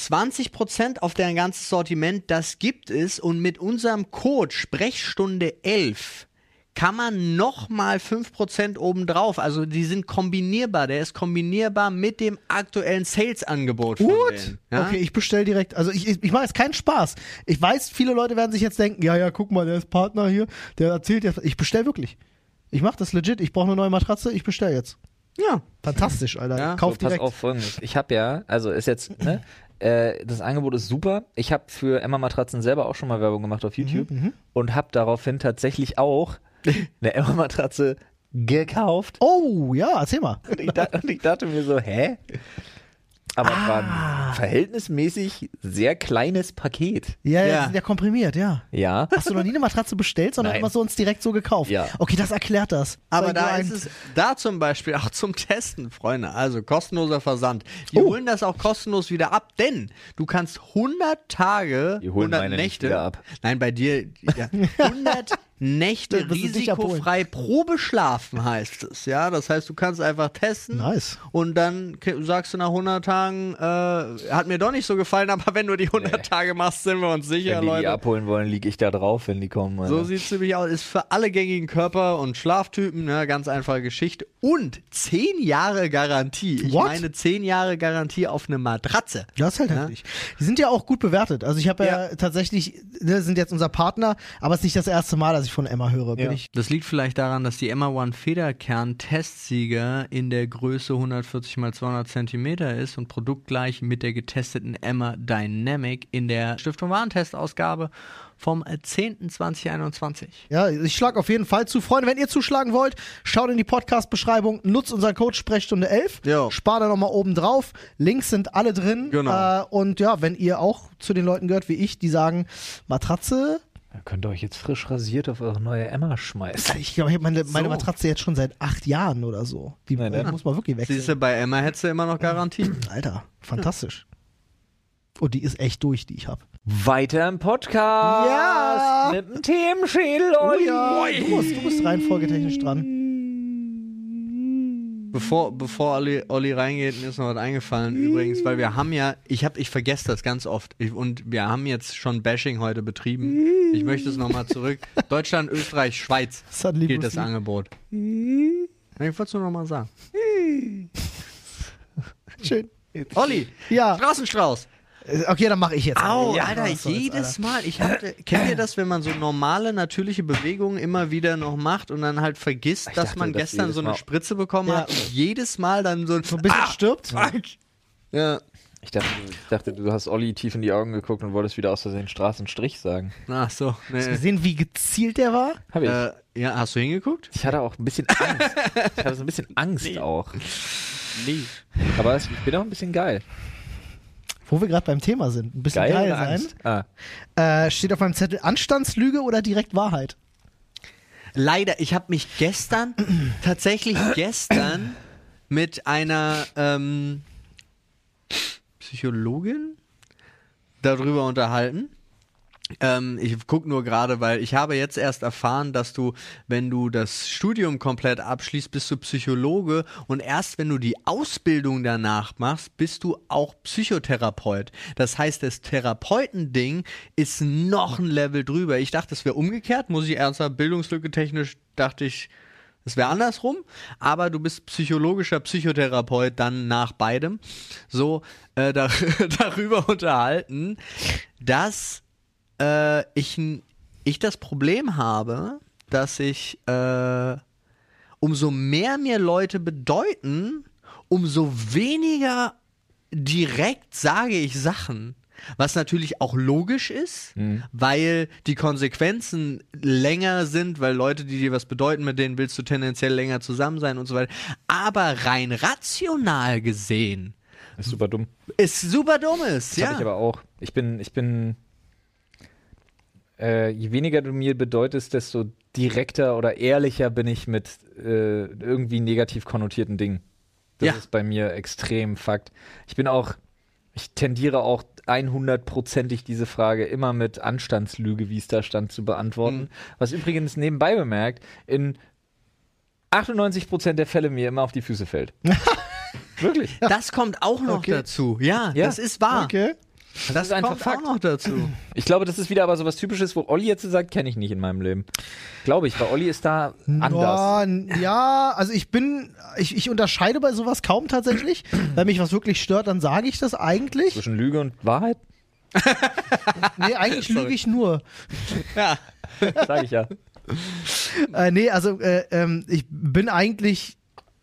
Speaker 2: 20% auf dein ganzes Sortiment, das gibt es. Und mit unserem Code Sprechstunde 11 kann man nochmal 5% obendrauf. Also die sind kombinierbar. Der ist kombinierbar mit dem aktuellen Sales-Angebot. von denen, Ja?
Speaker 1: Okay, ich bestelle direkt. Also ich, ich, ich mache jetzt keinen Spaß. Ich weiß, viele Leute werden sich jetzt denken, ja, ja, guck mal, der ist Partner hier, der erzählt jetzt. Ich bestelle wirklich. Ich mache das legit. Ich brauche eine neue Matratze, ich bestelle jetzt.
Speaker 2: Ja.
Speaker 1: Fantastisch, Alter.
Speaker 2: Ja,
Speaker 1: ich kauf
Speaker 3: so, pass
Speaker 1: direkt.
Speaker 3: auf folgendes. Ich habe ja, also ist jetzt, ne, äh, das Angebot ist super. Ich habe für Emma Matratzen selber auch schon mal Werbung gemacht auf YouTube und habe daraufhin tatsächlich auch eine Emma Matratze gekauft.
Speaker 1: Oh, ja, erzähl mal.
Speaker 3: Und ich, da, und ich dachte mir so, hä? Aber es war ein verhältnismäßig sehr kleines Paket.
Speaker 1: Ja, ja,
Speaker 2: Ja.
Speaker 1: die sind ja komprimiert, ja.
Speaker 3: Ja.
Speaker 1: Hast du noch nie eine Matratze bestellt, sondern
Speaker 3: Nein.
Speaker 1: immer so uns direkt so gekauft?
Speaker 3: Ja.
Speaker 1: Okay, das erklärt das.
Speaker 2: Aber
Speaker 1: Weil
Speaker 2: da
Speaker 1: du
Speaker 2: ist
Speaker 1: ein-
Speaker 2: es, da zum Beispiel auch zum Testen, Freunde, also kostenloser Versand. Die
Speaker 1: Oh.
Speaker 2: holen das auch kostenlos wieder ab, denn du kannst 100 Tage,
Speaker 3: Die holen
Speaker 2: 100
Speaker 3: meine nicht
Speaker 2: Nächte,
Speaker 3: wieder ab.
Speaker 2: nein, bei dir, ja, 100 Nächte
Speaker 1: Dann müssen sie dich abholen.
Speaker 2: risikofrei probeschlafen heißt es, ja. Das heißt, du kannst einfach testen.
Speaker 1: Nice.
Speaker 2: Und dann k- sagst du nach 100 Tagen, äh, hat mir doch nicht so gefallen, aber wenn du die 100
Speaker 3: Nee.
Speaker 2: Tage machst, sind wir uns sicher,
Speaker 3: Wenn die, die
Speaker 2: Leute.
Speaker 3: abholen wollen, liege ich da drauf, wenn die kommen.
Speaker 2: So
Speaker 3: Alter.
Speaker 2: sieht's nämlich aus. Ist für alle gängigen Körper- und Schlaftypen, ne, ganz einfache Geschichte. Und 10 Jahre Garantie. Ich
Speaker 1: What?
Speaker 2: meine 10 Jahre Garantie auf eine Matratze.
Speaker 1: Das ist halt
Speaker 2: Ja.
Speaker 1: heftig. Die sind ja auch gut bewertet. Also ich habe ja. tatsächlich, ne, sind jetzt unser Partner, aber es ist nicht das erste Mal, dass ich von Emma höre. Bin
Speaker 3: Ja.
Speaker 1: ich
Speaker 2: Das liegt vielleicht daran, dass die Emma One Federkern Testsieger in der Größe 140 x 200 cm ist und produktgleich mit der getesteten Emma Dynamic in der Stiftung Warentestausgabe vom 10.2021.
Speaker 1: Ja, ich schlag auf jeden Fall zu. Freunde, wenn ihr zuschlagen wollt, schaut in die Podcast-Beschreibung, nutzt unseren Code Sprechstunde 11,
Speaker 2: Jo.
Speaker 1: spar da nochmal oben drauf. Links sind alle drin.
Speaker 2: Genau.
Speaker 1: Äh, und ja, wenn ihr auch zu den Leuten gehört wie ich, die sagen, Matratze
Speaker 3: Dann könnt ihr euch jetzt frisch rasiert auf eure neue Emma schmeißen.
Speaker 1: Also Ich glaube, ich habe meine, meine
Speaker 3: So.
Speaker 1: Matratze jetzt schon seit acht Jahren oder so. Die
Speaker 3: Nein,
Speaker 1: äh,
Speaker 3: ne?
Speaker 1: muss man wirklich
Speaker 2: Siehst
Speaker 1: wechseln.
Speaker 2: du, bei Emma hättest du immer noch Garantie.
Speaker 1: Alter, fantastisch. Und die ist echt durch, die ich habe.
Speaker 3: Weiter im Podcast.
Speaker 1: Ja. Oh
Speaker 3: Mit dem Themenschädel, Olli.
Speaker 1: du musst, du bist reihenfolgetechnisch dran.
Speaker 2: Bevor, bevor Olli, Olli reingeht, mir ist noch was eingefallen übrigens, weil wir haben ja, ich habe, ich vergesse das ganz oft ich, und wir haben jetzt schon Bashing heute betrieben. Ich möchte es nochmal zurück. Deutschland, Österreich, Schweiz
Speaker 1: Das hat ein
Speaker 2: gilt
Speaker 1: liebes
Speaker 2: das
Speaker 1: Lied.
Speaker 2: Angebot. Ich wollte es nur nochmal sagen.
Speaker 1: Schön.
Speaker 2: Olli,
Speaker 1: Ja.
Speaker 2: Straßenstrauß.
Speaker 1: Äh, Okay, dann mache ich jetzt.
Speaker 2: Ah. Au,
Speaker 1: Ja,
Speaker 2: Alter,
Speaker 1: was soll's,
Speaker 2: jedes Mal. Ich hatte, kennt ihr das, wenn man so normale, natürliche Bewegungen immer wieder noch macht und dann halt vergisst, dass
Speaker 3: dachte,
Speaker 2: man
Speaker 3: dass
Speaker 2: gestern
Speaker 3: jedes
Speaker 2: so eine
Speaker 3: Mal-
Speaker 2: Spritze bekommen
Speaker 1: Ja.
Speaker 2: hat und jedes Mal dann so ein, Ah.
Speaker 1: So ein bisschen stirbt.
Speaker 2: Ja,
Speaker 3: Ich dachte, ich dachte, du hast Olli tief in die Augen geguckt und wolltest wieder aus Versehen Straßenstrich sagen.
Speaker 2: ach so.
Speaker 1: Hast du
Speaker 2: Nee.
Speaker 1: gesehen, wie gezielt der war?
Speaker 3: Hab ich.
Speaker 2: Äh, ja, hast du hingeguckt?
Speaker 3: Ich hatte auch ein bisschen Angst. Ich hatte so ein bisschen Angst auch.
Speaker 2: Nee.
Speaker 3: Aber es- ich bin auch ein bisschen geil.
Speaker 1: Wo wir gerade beim Thema sind. Ein bisschen
Speaker 3: Geil,
Speaker 1: geil,
Speaker 3: oder Angst? Ah.
Speaker 1: sein. Äh, steht auf meinem Zettel Anstandslüge oder direkt Wahrheit?
Speaker 2: Leider, ich habe mich gestern, tatsächlich gestern, mit einer ähm, Psychologin darüber unterhalten. Ähm, ich gucke nur gerade, weil ich habe jetzt erst erfahren, dass du, wenn du das Studium komplett abschließt, bist du Psychologe und erst wenn du die Ausbildung danach machst, bist du auch Psychotherapeut. Das heißt, das Therapeutending ist noch ein Level drüber. Ich dachte, es wäre umgekehrt, muss ich ernsthaft, Bildungslücke technisch dachte ich, es wäre andersrum, aber du bist psychologischer Psychotherapeut dann nach beidem. So äh, dar darüber unterhalten, dass äh, ich, n- ich das Problem habe, dass ich äh, umso mehr mir Leute bedeuten, umso weniger direkt sage ich Sachen. Was natürlich auch logisch ist,
Speaker 3: Mhm.
Speaker 2: weil die Konsequenzen länger sind, weil Leute, die dir was bedeuten, mit denen willst du tendenziell länger zusammen sein und so weiter. Aber rein rational gesehen
Speaker 3: Ist super dumm.
Speaker 2: ist super dummes.
Speaker 3: Das
Speaker 2: ja.
Speaker 3: habe ich aber auch. Ich bin, ich bin. Äh, je weniger du mir bedeutest, desto direkter oder ehrlicher bin ich mit äh, irgendwie negativ konnotierten Dingen. Das
Speaker 2: Ja.
Speaker 3: ist bei mir extrem Fakt. Ich bin auch, ich tendiere auch 100%ig diese Frage immer mit Anstandslüge, wie es da stand, zu beantworten.
Speaker 2: Mhm.
Speaker 3: Was übrigens nebenbei bemerkt, in 98% der Fälle mir immer auf die Füße fällt. Wirklich.
Speaker 2: Das kommt auch noch
Speaker 1: Okay.
Speaker 2: dazu. Ja,
Speaker 3: Ja.
Speaker 2: das ist wahr.
Speaker 1: Okay.
Speaker 2: Das
Speaker 3: ist einfach
Speaker 2: kommt
Speaker 3: Fakt.
Speaker 2: auch noch dazu.
Speaker 3: Ich glaube, das ist wieder aber so was Typisches, wo Olli jetzt sagt, kenne ich nicht in meinem Leben. Glaube ich, weil Olli ist da anders.
Speaker 1: Ja, n- ja, also ich bin, ich, ich unterscheide bei sowas kaum tatsächlich. Wenn mich was wirklich stört, dann sage ich das eigentlich.
Speaker 3: Zwischen Lüge und Wahrheit,
Speaker 1: Nee, eigentlich lüge ich nur.
Speaker 2: ja.
Speaker 3: sage ich ja.
Speaker 1: Äh, nee, also äh, ähm, ich bin eigentlich,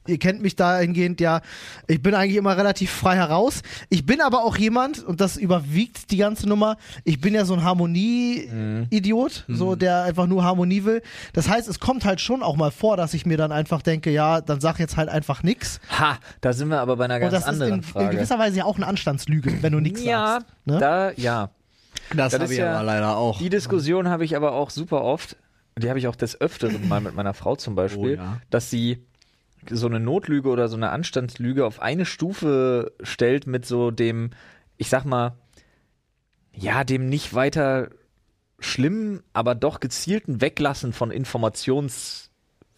Speaker 1: ihr kennt mich dahingehend ja, ich bin eigentlich immer relativ frei heraus. Ich bin aber auch jemand, und das überwiegt die ganze Nummer, ich bin ja so ein Harmonie-Idiot,
Speaker 3: Mhm.
Speaker 1: so der einfach nur Harmonie will. Das heißt, es kommt halt schon auch mal vor, dass ich mir dann einfach denke, ja, dann sag jetzt halt einfach nix.
Speaker 3: Ha, da sind wir aber bei einer
Speaker 1: Und
Speaker 3: ganz
Speaker 1: das ist
Speaker 3: anderen
Speaker 1: in, in
Speaker 3: Frage.
Speaker 1: gewisser Weise ja auch eine Anstandslüge, wenn du nichts
Speaker 3: ja,
Speaker 1: sagst. Ne?
Speaker 3: da, ja.
Speaker 2: Das,
Speaker 3: Das
Speaker 2: habe
Speaker 3: ist
Speaker 2: ich
Speaker 3: ja
Speaker 2: aber leider auch.
Speaker 3: Die Diskussion habe ich aber auch super oft. Die habe ich auch des Öfteren mal mit meiner Frau zum Beispiel,
Speaker 2: Oh, ja.
Speaker 3: dass sie so eine Notlüge oder so eine Anstandslüge auf eine Stufe stellt mit so dem, ich sag mal, ja, dem nicht weiter schlimmen, aber doch gezielten Weglassen von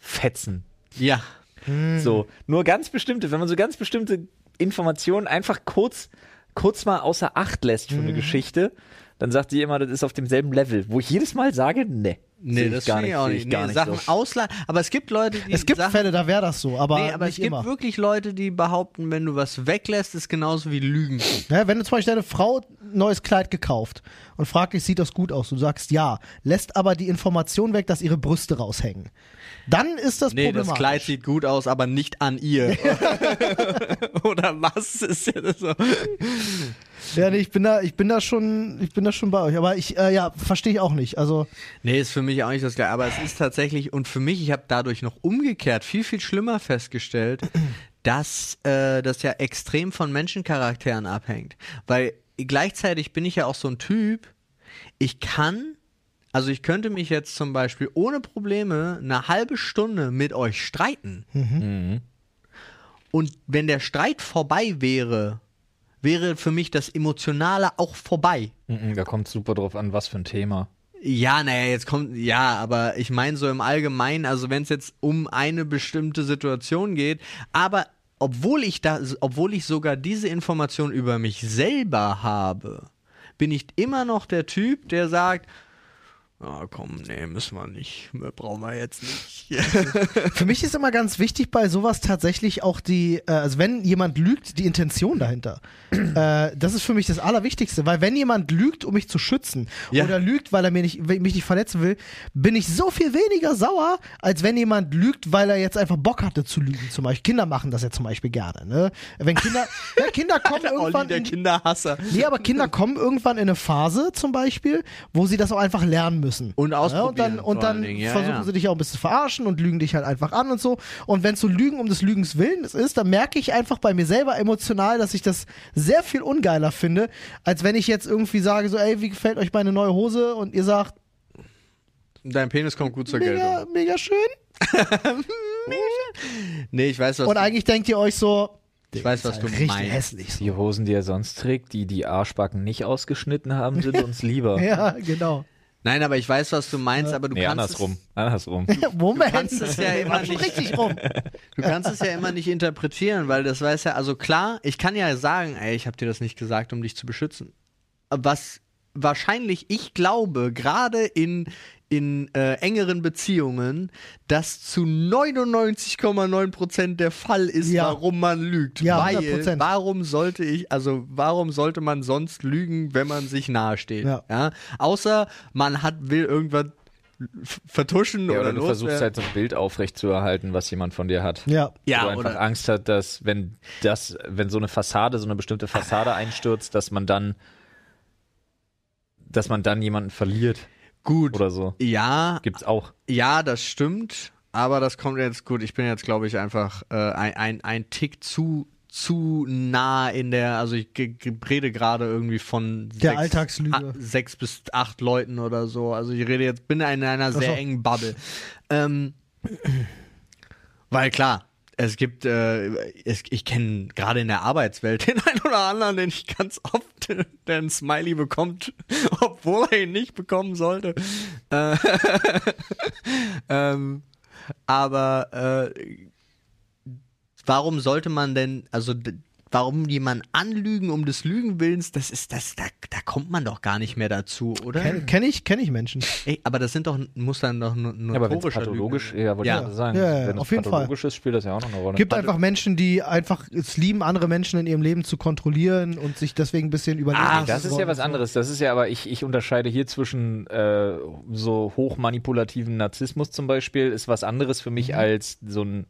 Speaker 3: Informationsfetzen.
Speaker 2: Ja. Hm.
Speaker 3: So, nur ganz bestimmte, wenn man so ganz bestimmte Informationen einfach kurz, kurz mal außer Acht lässt für eine
Speaker 2: Hm.
Speaker 3: Geschichte, dann sagt sie immer, das ist auf demselben Level. Wo ich jedes Mal sage, nee. sehe
Speaker 2: Nee, das
Speaker 3: gar
Speaker 2: finde ich
Speaker 3: nicht,
Speaker 2: auch
Speaker 3: sehe
Speaker 2: nicht.
Speaker 3: ich gar
Speaker 2: Nee,
Speaker 3: nicht
Speaker 2: Sachen
Speaker 3: so.
Speaker 2: Ausland. Aber es gibt Leute, die.
Speaker 1: Es gibt
Speaker 2: Sachen,
Speaker 1: Fälle, da wäre das so, aber,
Speaker 2: Nee, aber es
Speaker 1: nicht
Speaker 2: gibt
Speaker 1: immer.
Speaker 2: wirklich Leute, die behaupten, wenn du was weglässt, ist genauso wie Lügen.
Speaker 1: Ne, wenn du zum Beispiel deine Frau ein neues Kleid gekauft und fragt dich, sieht das gut aus? Du sagst ja, lässt aber die Information weg, dass ihre Brüste raushängen. Dann ist das
Speaker 2: Nee, das
Speaker 1: problematisch.
Speaker 2: Kleid sieht gut aus, aber nicht an ihr. Oder was ist ja das so?
Speaker 1: Ja, nee, ich bin da, ich bin da schon, ich bin da schon bei euch. Aber ich, äh, ja, verstehe ich auch nicht. Also
Speaker 2: Nee, ist für mich auch nicht das Gleiche. Aber es ist tatsächlich, und für mich, ich habe dadurch noch umgekehrt viel, viel schlimmer festgestellt, dass äh, das ja extrem von Menschencharakteren abhängt. Weil gleichzeitig bin ich ja auch so ein Typ, ich kann Also ich könnte mich jetzt zum Beispiel ohne Probleme eine halbe Stunde mit euch streiten. Und wenn der Streit vorbei wäre, wäre für mich das Emotionale auch vorbei.
Speaker 3: Mhm, Da kommt super drauf an, was für ein Thema.
Speaker 2: Ja, naja, jetzt kommt, ja, aber ich meine so im Allgemeinen, also wenn es jetzt um eine bestimmte Situation geht, aber obwohl ich da, obwohl ich sogar diese Information über mich selber habe, bin ich immer noch der Typ, der sagt, ah komm, nee, müssen wir nicht, brauchen wir jetzt nicht.
Speaker 1: Für mich ist immer ganz wichtig bei sowas tatsächlich auch die, äh, also wenn jemand lügt, die Intention dahinter. äh, das ist für mich das Allerwichtigste, weil wenn jemand lügt, um mich zu schützen
Speaker 2: Ja.
Speaker 1: oder lügt, weil er mir nicht, mich nicht verletzen will, bin ich so viel weniger sauer, als wenn jemand lügt, weil er jetzt einfach Bock hatte zu lügen. Zum Beispiel Kinder machen das ja zum Beispiel gerne. Ne? Wenn Kinder, ja, Kinder kommen
Speaker 2: Olli,
Speaker 1: irgendwann
Speaker 2: der
Speaker 1: in,
Speaker 2: Kinderhasser.
Speaker 1: Nee, aber Kinder kommen irgendwann in eine Phase zum Beispiel, wo sie das auch einfach lernen müssen.
Speaker 2: Und
Speaker 1: Ja, und
Speaker 2: ausprobieren,
Speaker 1: dann, und
Speaker 2: vor allen
Speaker 1: dann
Speaker 2: Dingen, ja,
Speaker 1: versuchen
Speaker 2: ja.
Speaker 1: sie dich auch ein bisschen zu verarschen und lügen dich halt einfach an und so. Und wenn es so Lügen um des Lügens Willens ist, dann merke ich einfach bei mir selber emotional, dass ich das sehr viel ungeiler finde, als wenn ich jetzt irgendwie sage, so, ey, wie gefällt euch meine neue Hose? Und ihr sagt,
Speaker 2: Dein Penis kommt gut zur
Speaker 1: mega,
Speaker 2: Geltung.
Speaker 1: mega schön.
Speaker 2: Nee, ich weiß, was
Speaker 1: Und
Speaker 2: du,
Speaker 1: eigentlich denkt ihr euch so,
Speaker 2: ich weiß, was du
Speaker 1: richtig
Speaker 2: meinst.
Speaker 1: hässlich.
Speaker 3: Die Hosen, die er sonst trägt, die die Arschbacken nicht ausgeschnitten haben, sind uns lieber.
Speaker 1: Ja, genau.
Speaker 2: Nein, aber ich weiß, was du meinst, aber du
Speaker 3: nee,
Speaker 2: kannst
Speaker 3: andersrum.
Speaker 2: es
Speaker 3: Andersrum.
Speaker 1: Moment.
Speaker 2: kannst es ja immer nicht-
Speaker 1: richtig rum.
Speaker 2: Du kannst es ja immer nicht interpretieren, weil das weiß ja, also klar, ich kann ja sagen, ey, ich habe dir das nicht gesagt, um dich zu beschützen. Was wahrscheinlich ich glaube, gerade in, in äh, engeren Beziehungen, dass zu 99,9% der Fall ist,
Speaker 1: Ja.
Speaker 2: warum man lügt.
Speaker 1: Ja,
Speaker 2: weil,
Speaker 1: 100%.
Speaker 2: warum sollte ich, also warum sollte man sonst lügen, wenn man sich nahesteht?
Speaker 1: Ja.
Speaker 2: Außer man hat, will irgendwas f- vertuschen
Speaker 3: Ja,
Speaker 2: oder,
Speaker 3: oder du
Speaker 2: loswerden.
Speaker 3: versuchst halt so ein Bild aufrecht zu erhalten, was jemand von dir hat.
Speaker 1: Ja.
Speaker 3: wo
Speaker 2: ja,
Speaker 3: einfach
Speaker 2: oder,
Speaker 3: Angst hat, dass wenn das, wenn so eine Fassade, so eine bestimmte Fassade einstürzt, dass man dann, dass man dann jemanden verliert
Speaker 2: gut.
Speaker 3: oder so.
Speaker 2: ja,
Speaker 3: Gibt's auch.
Speaker 2: Ja, das stimmt, aber das kommt jetzt gut. Ich bin jetzt, glaube ich, einfach äh, ein, ein, ein Tick zu, zu nah in der, also ich ge- ge- rede gerade irgendwie von
Speaker 1: Der Alltagslüge.
Speaker 2: a- sechs bis acht Leuten oder so. Also ich rede jetzt, bin in einer sehr
Speaker 1: so.
Speaker 2: engen Bubble. Ähm, weil klar, es gibt, äh, es, ich kenne gerade in der Arbeitswelt den einen oder anderen, den ich ganz oft, der einen Smiley bekommt, obwohl er ihn nicht bekommen sollte. Äh, ähm, aber äh, warum sollte man denn, also d- warum jemand anlügen um des Lügenwillens, das ist das, da, da kommt man doch gar nicht mehr dazu, oder?
Speaker 1: Kenne kenn ich, kenn ich Menschen.
Speaker 2: Ey, aber das sind doch, muss dann doch nur, nur
Speaker 3: aber wenn es pathologisch, ja, wollte
Speaker 2: Ja.
Speaker 3: ich gerade sagen,
Speaker 1: Ja, ja, ja,
Speaker 3: wenn
Speaker 1: auf
Speaker 3: es
Speaker 1: jeden Fall.
Speaker 3: pathologisch ist, spielt das ja auch noch eine Rolle.
Speaker 1: gibt einfach Menschen, die einfach es lieben, andere Menschen in ihrem Leben zu kontrollieren und sich deswegen ein bisschen überlegen.
Speaker 2: Ach,
Speaker 3: das ist ja was anderes. Das ist ja aber, ich, ich unterscheide hier zwischen äh, so hochmanipulativen Narzissmus zum Beispiel, ist was anderes für mich als so ein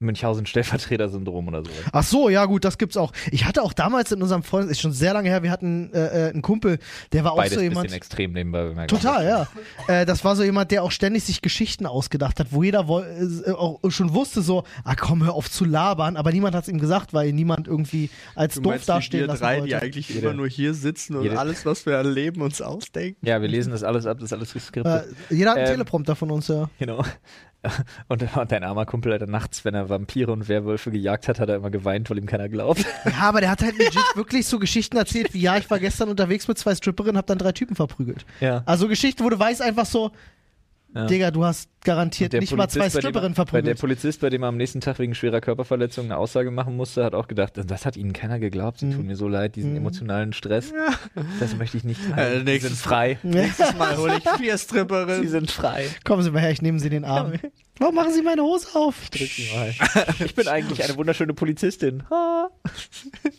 Speaker 3: Münchhausen-Stellvertreter-Syndrom oder so.
Speaker 1: Ach so, ja gut, das gibt's auch. Ich hatte auch damals in unserem Freund, ist schon sehr lange her, wir hatten äh, äh, einen Kumpel, der war auch
Speaker 3: Beides
Speaker 1: so
Speaker 3: ein bisschen
Speaker 1: jemand.
Speaker 3: extrem nebenbei bemerkt.
Speaker 1: Total, ja. Äh, das war so jemand, der auch ständig sich Geschichten ausgedacht hat, wo jeder woll, äh, auch schon wusste so, ah komm, hör auf zu labern, aber niemand hat's ihm gesagt, weil ihn niemand irgendwie als
Speaker 2: Du
Speaker 1: doof
Speaker 2: meinst die
Speaker 1: dastehen
Speaker 2: wir
Speaker 1: lassen
Speaker 2: drei, die
Speaker 1: wollte.
Speaker 2: eigentlich
Speaker 3: Jeder.
Speaker 2: immer nur hier sitzen und
Speaker 3: Jeder.
Speaker 2: alles, was wir erleben, uns ausdenken?
Speaker 3: Ja, wir lesen das alles ab, das ist alles
Speaker 1: Äh,
Speaker 3: geskriptet.
Speaker 1: jeder hat einen
Speaker 3: Ähm,
Speaker 1: Teleprompter von uns, ja.
Speaker 3: Genau. Und, und dein armer Kumpel hat dann nachts, wenn er Vampire und Werwölfe gejagt hat, hat er immer geweint, weil ihm keiner glaubt.
Speaker 1: Ja, aber der hat halt legit wirklich so Geschichten erzählt, wie ja, ich war gestern unterwegs mit zwei Stripperinnen, hab dann drei Typen verprügelt.
Speaker 3: Ja.
Speaker 1: Also Geschichten, wo du weißt einfach so,
Speaker 3: Ja.
Speaker 1: Digga, du hast garantiert
Speaker 3: Der
Speaker 1: nicht mal zwei
Speaker 3: Polizist, bei dem-
Speaker 1: Stripperinnen
Speaker 3: Bei der
Speaker 1: verprügelt.
Speaker 3: Polizist, bei dem er am nächsten Tag wegen schwerer Körperverletzung eine Aussage machen musste, hat auch gedacht, das hat ihnen keiner geglaubt. Sie
Speaker 1: Mhm.
Speaker 3: tun mir so leid, diesen emotionalen Stress. Das möchte ich nicht.
Speaker 2: Äh,
Speaker 3: haben. Sie
Speaker 2: nächstes-
Speaker 3: sind frei.
Speaker 2: Nächstes Mal hole ich vier
Speaker 3: Sie
Speaker 2: Stripperinnen.
Speaker 3: sind frei.
Speaker 1: Kommen Sie mal her, ich nehme Sie den Arm. Warum machen Sie meine Hose auf?
Speaker 3: Drück sie mal. Ich bin eigentlich eine wunderschöne Polizistin. Ha.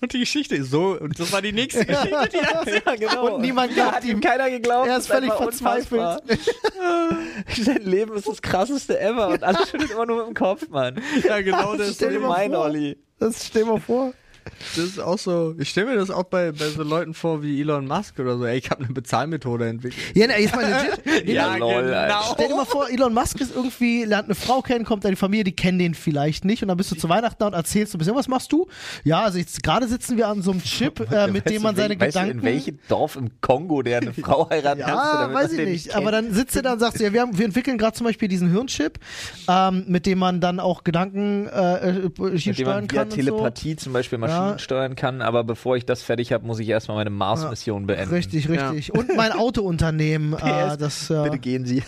Speaker 2: Und die Geschichte ist so, und das war die nächste Geschichte, die
Speaker 3: Ja, genau.
Speaker 1: Und niemand glaubt
Speaker 3: Ja, hat ihm
Speaker 1: ihm.
Speaker 3: keiner geglaubt.
Speaker 1: Er
Speaker 3: Das
Speaker 1: ist völlig
Speaker 3: einfach
Speaker 1: verzweifelt.
Speaker 3: unfassbar. Sein Leben ist das krasseste ever und alles schüttelt immer nur mit dem Kopf, Mann.
Speaker 2: Ja, genau das.
Speaker 1: Stell dir mal
Speaker 3: mein
Speaker 1: vor.
Speaker 3: Olli.
Speaker 1: Das stell dir mal vor.
Speaker 2: Das ist auch so. Ich stelle mir das auch bei, bei so Leuten vor wie Elon Musk oder so. Ey, ich habe eine Bezahlmethode entwickelt.
Speaker 1: Ja, na, jetzt mal legit.
Speaker 3: Ja, lol,
Speaker 2: genau.
Speaker 3: Alter.
Speaker 1: Stell dir mal vor, Elon Musk ist irgendwie, lernt eine Frau kennen, kommt deine Familie, die kennen den vielleicht nicht. Und dann bist du zu Weihnachten da und erzählst du ein bisschen, was machst du? Ja, also jetzt gerade sitzen wir an so einem Chip, äh, mit
Speaker 3: Weißt
Speaker 1: dem
Speaker 3: du,
Speaker 1: man seine
Speaker 3: weißt du,
Speaker 1: Gedanken.
Speaker 3: in welchem Dorf im Kongo der eine Frau heiraten kannst du,
Speaker 1: Ja,
Speaker 3: damit
Speaker 1: weiß
Speaker 3: man
Speaker 1: ich
Speaker 3: den
Speaker 1: nicht.
Speaker 3: kennt?
Speaker 1: Aber dann sitzt du da und sagst, ja, wir, haben, wir entwickeln gerade zum Beispiel diesen Hirnchip, ähm, mit dem man dann auch Gedanken äh, äh, hier
Speaker 3: mit dem
Speaker 1: steuern
Speaker 3: man via
Speaker 1: kann. Und so.
Speaker 3: Telepathie zum Beispiel Maschinen
Speaker 1: Ja.
Speaker 3: steuern kann. Aber bevor ich das fertig habe, muss ich erstmal meine Mars-Mission beenden.
Speaker 1: Richtig, richtig. Und mein Autounternehmen, äh,
Speaker 3: PS,
Speaker 1: das äh,
Speaker 3: Bitte gehen Sie.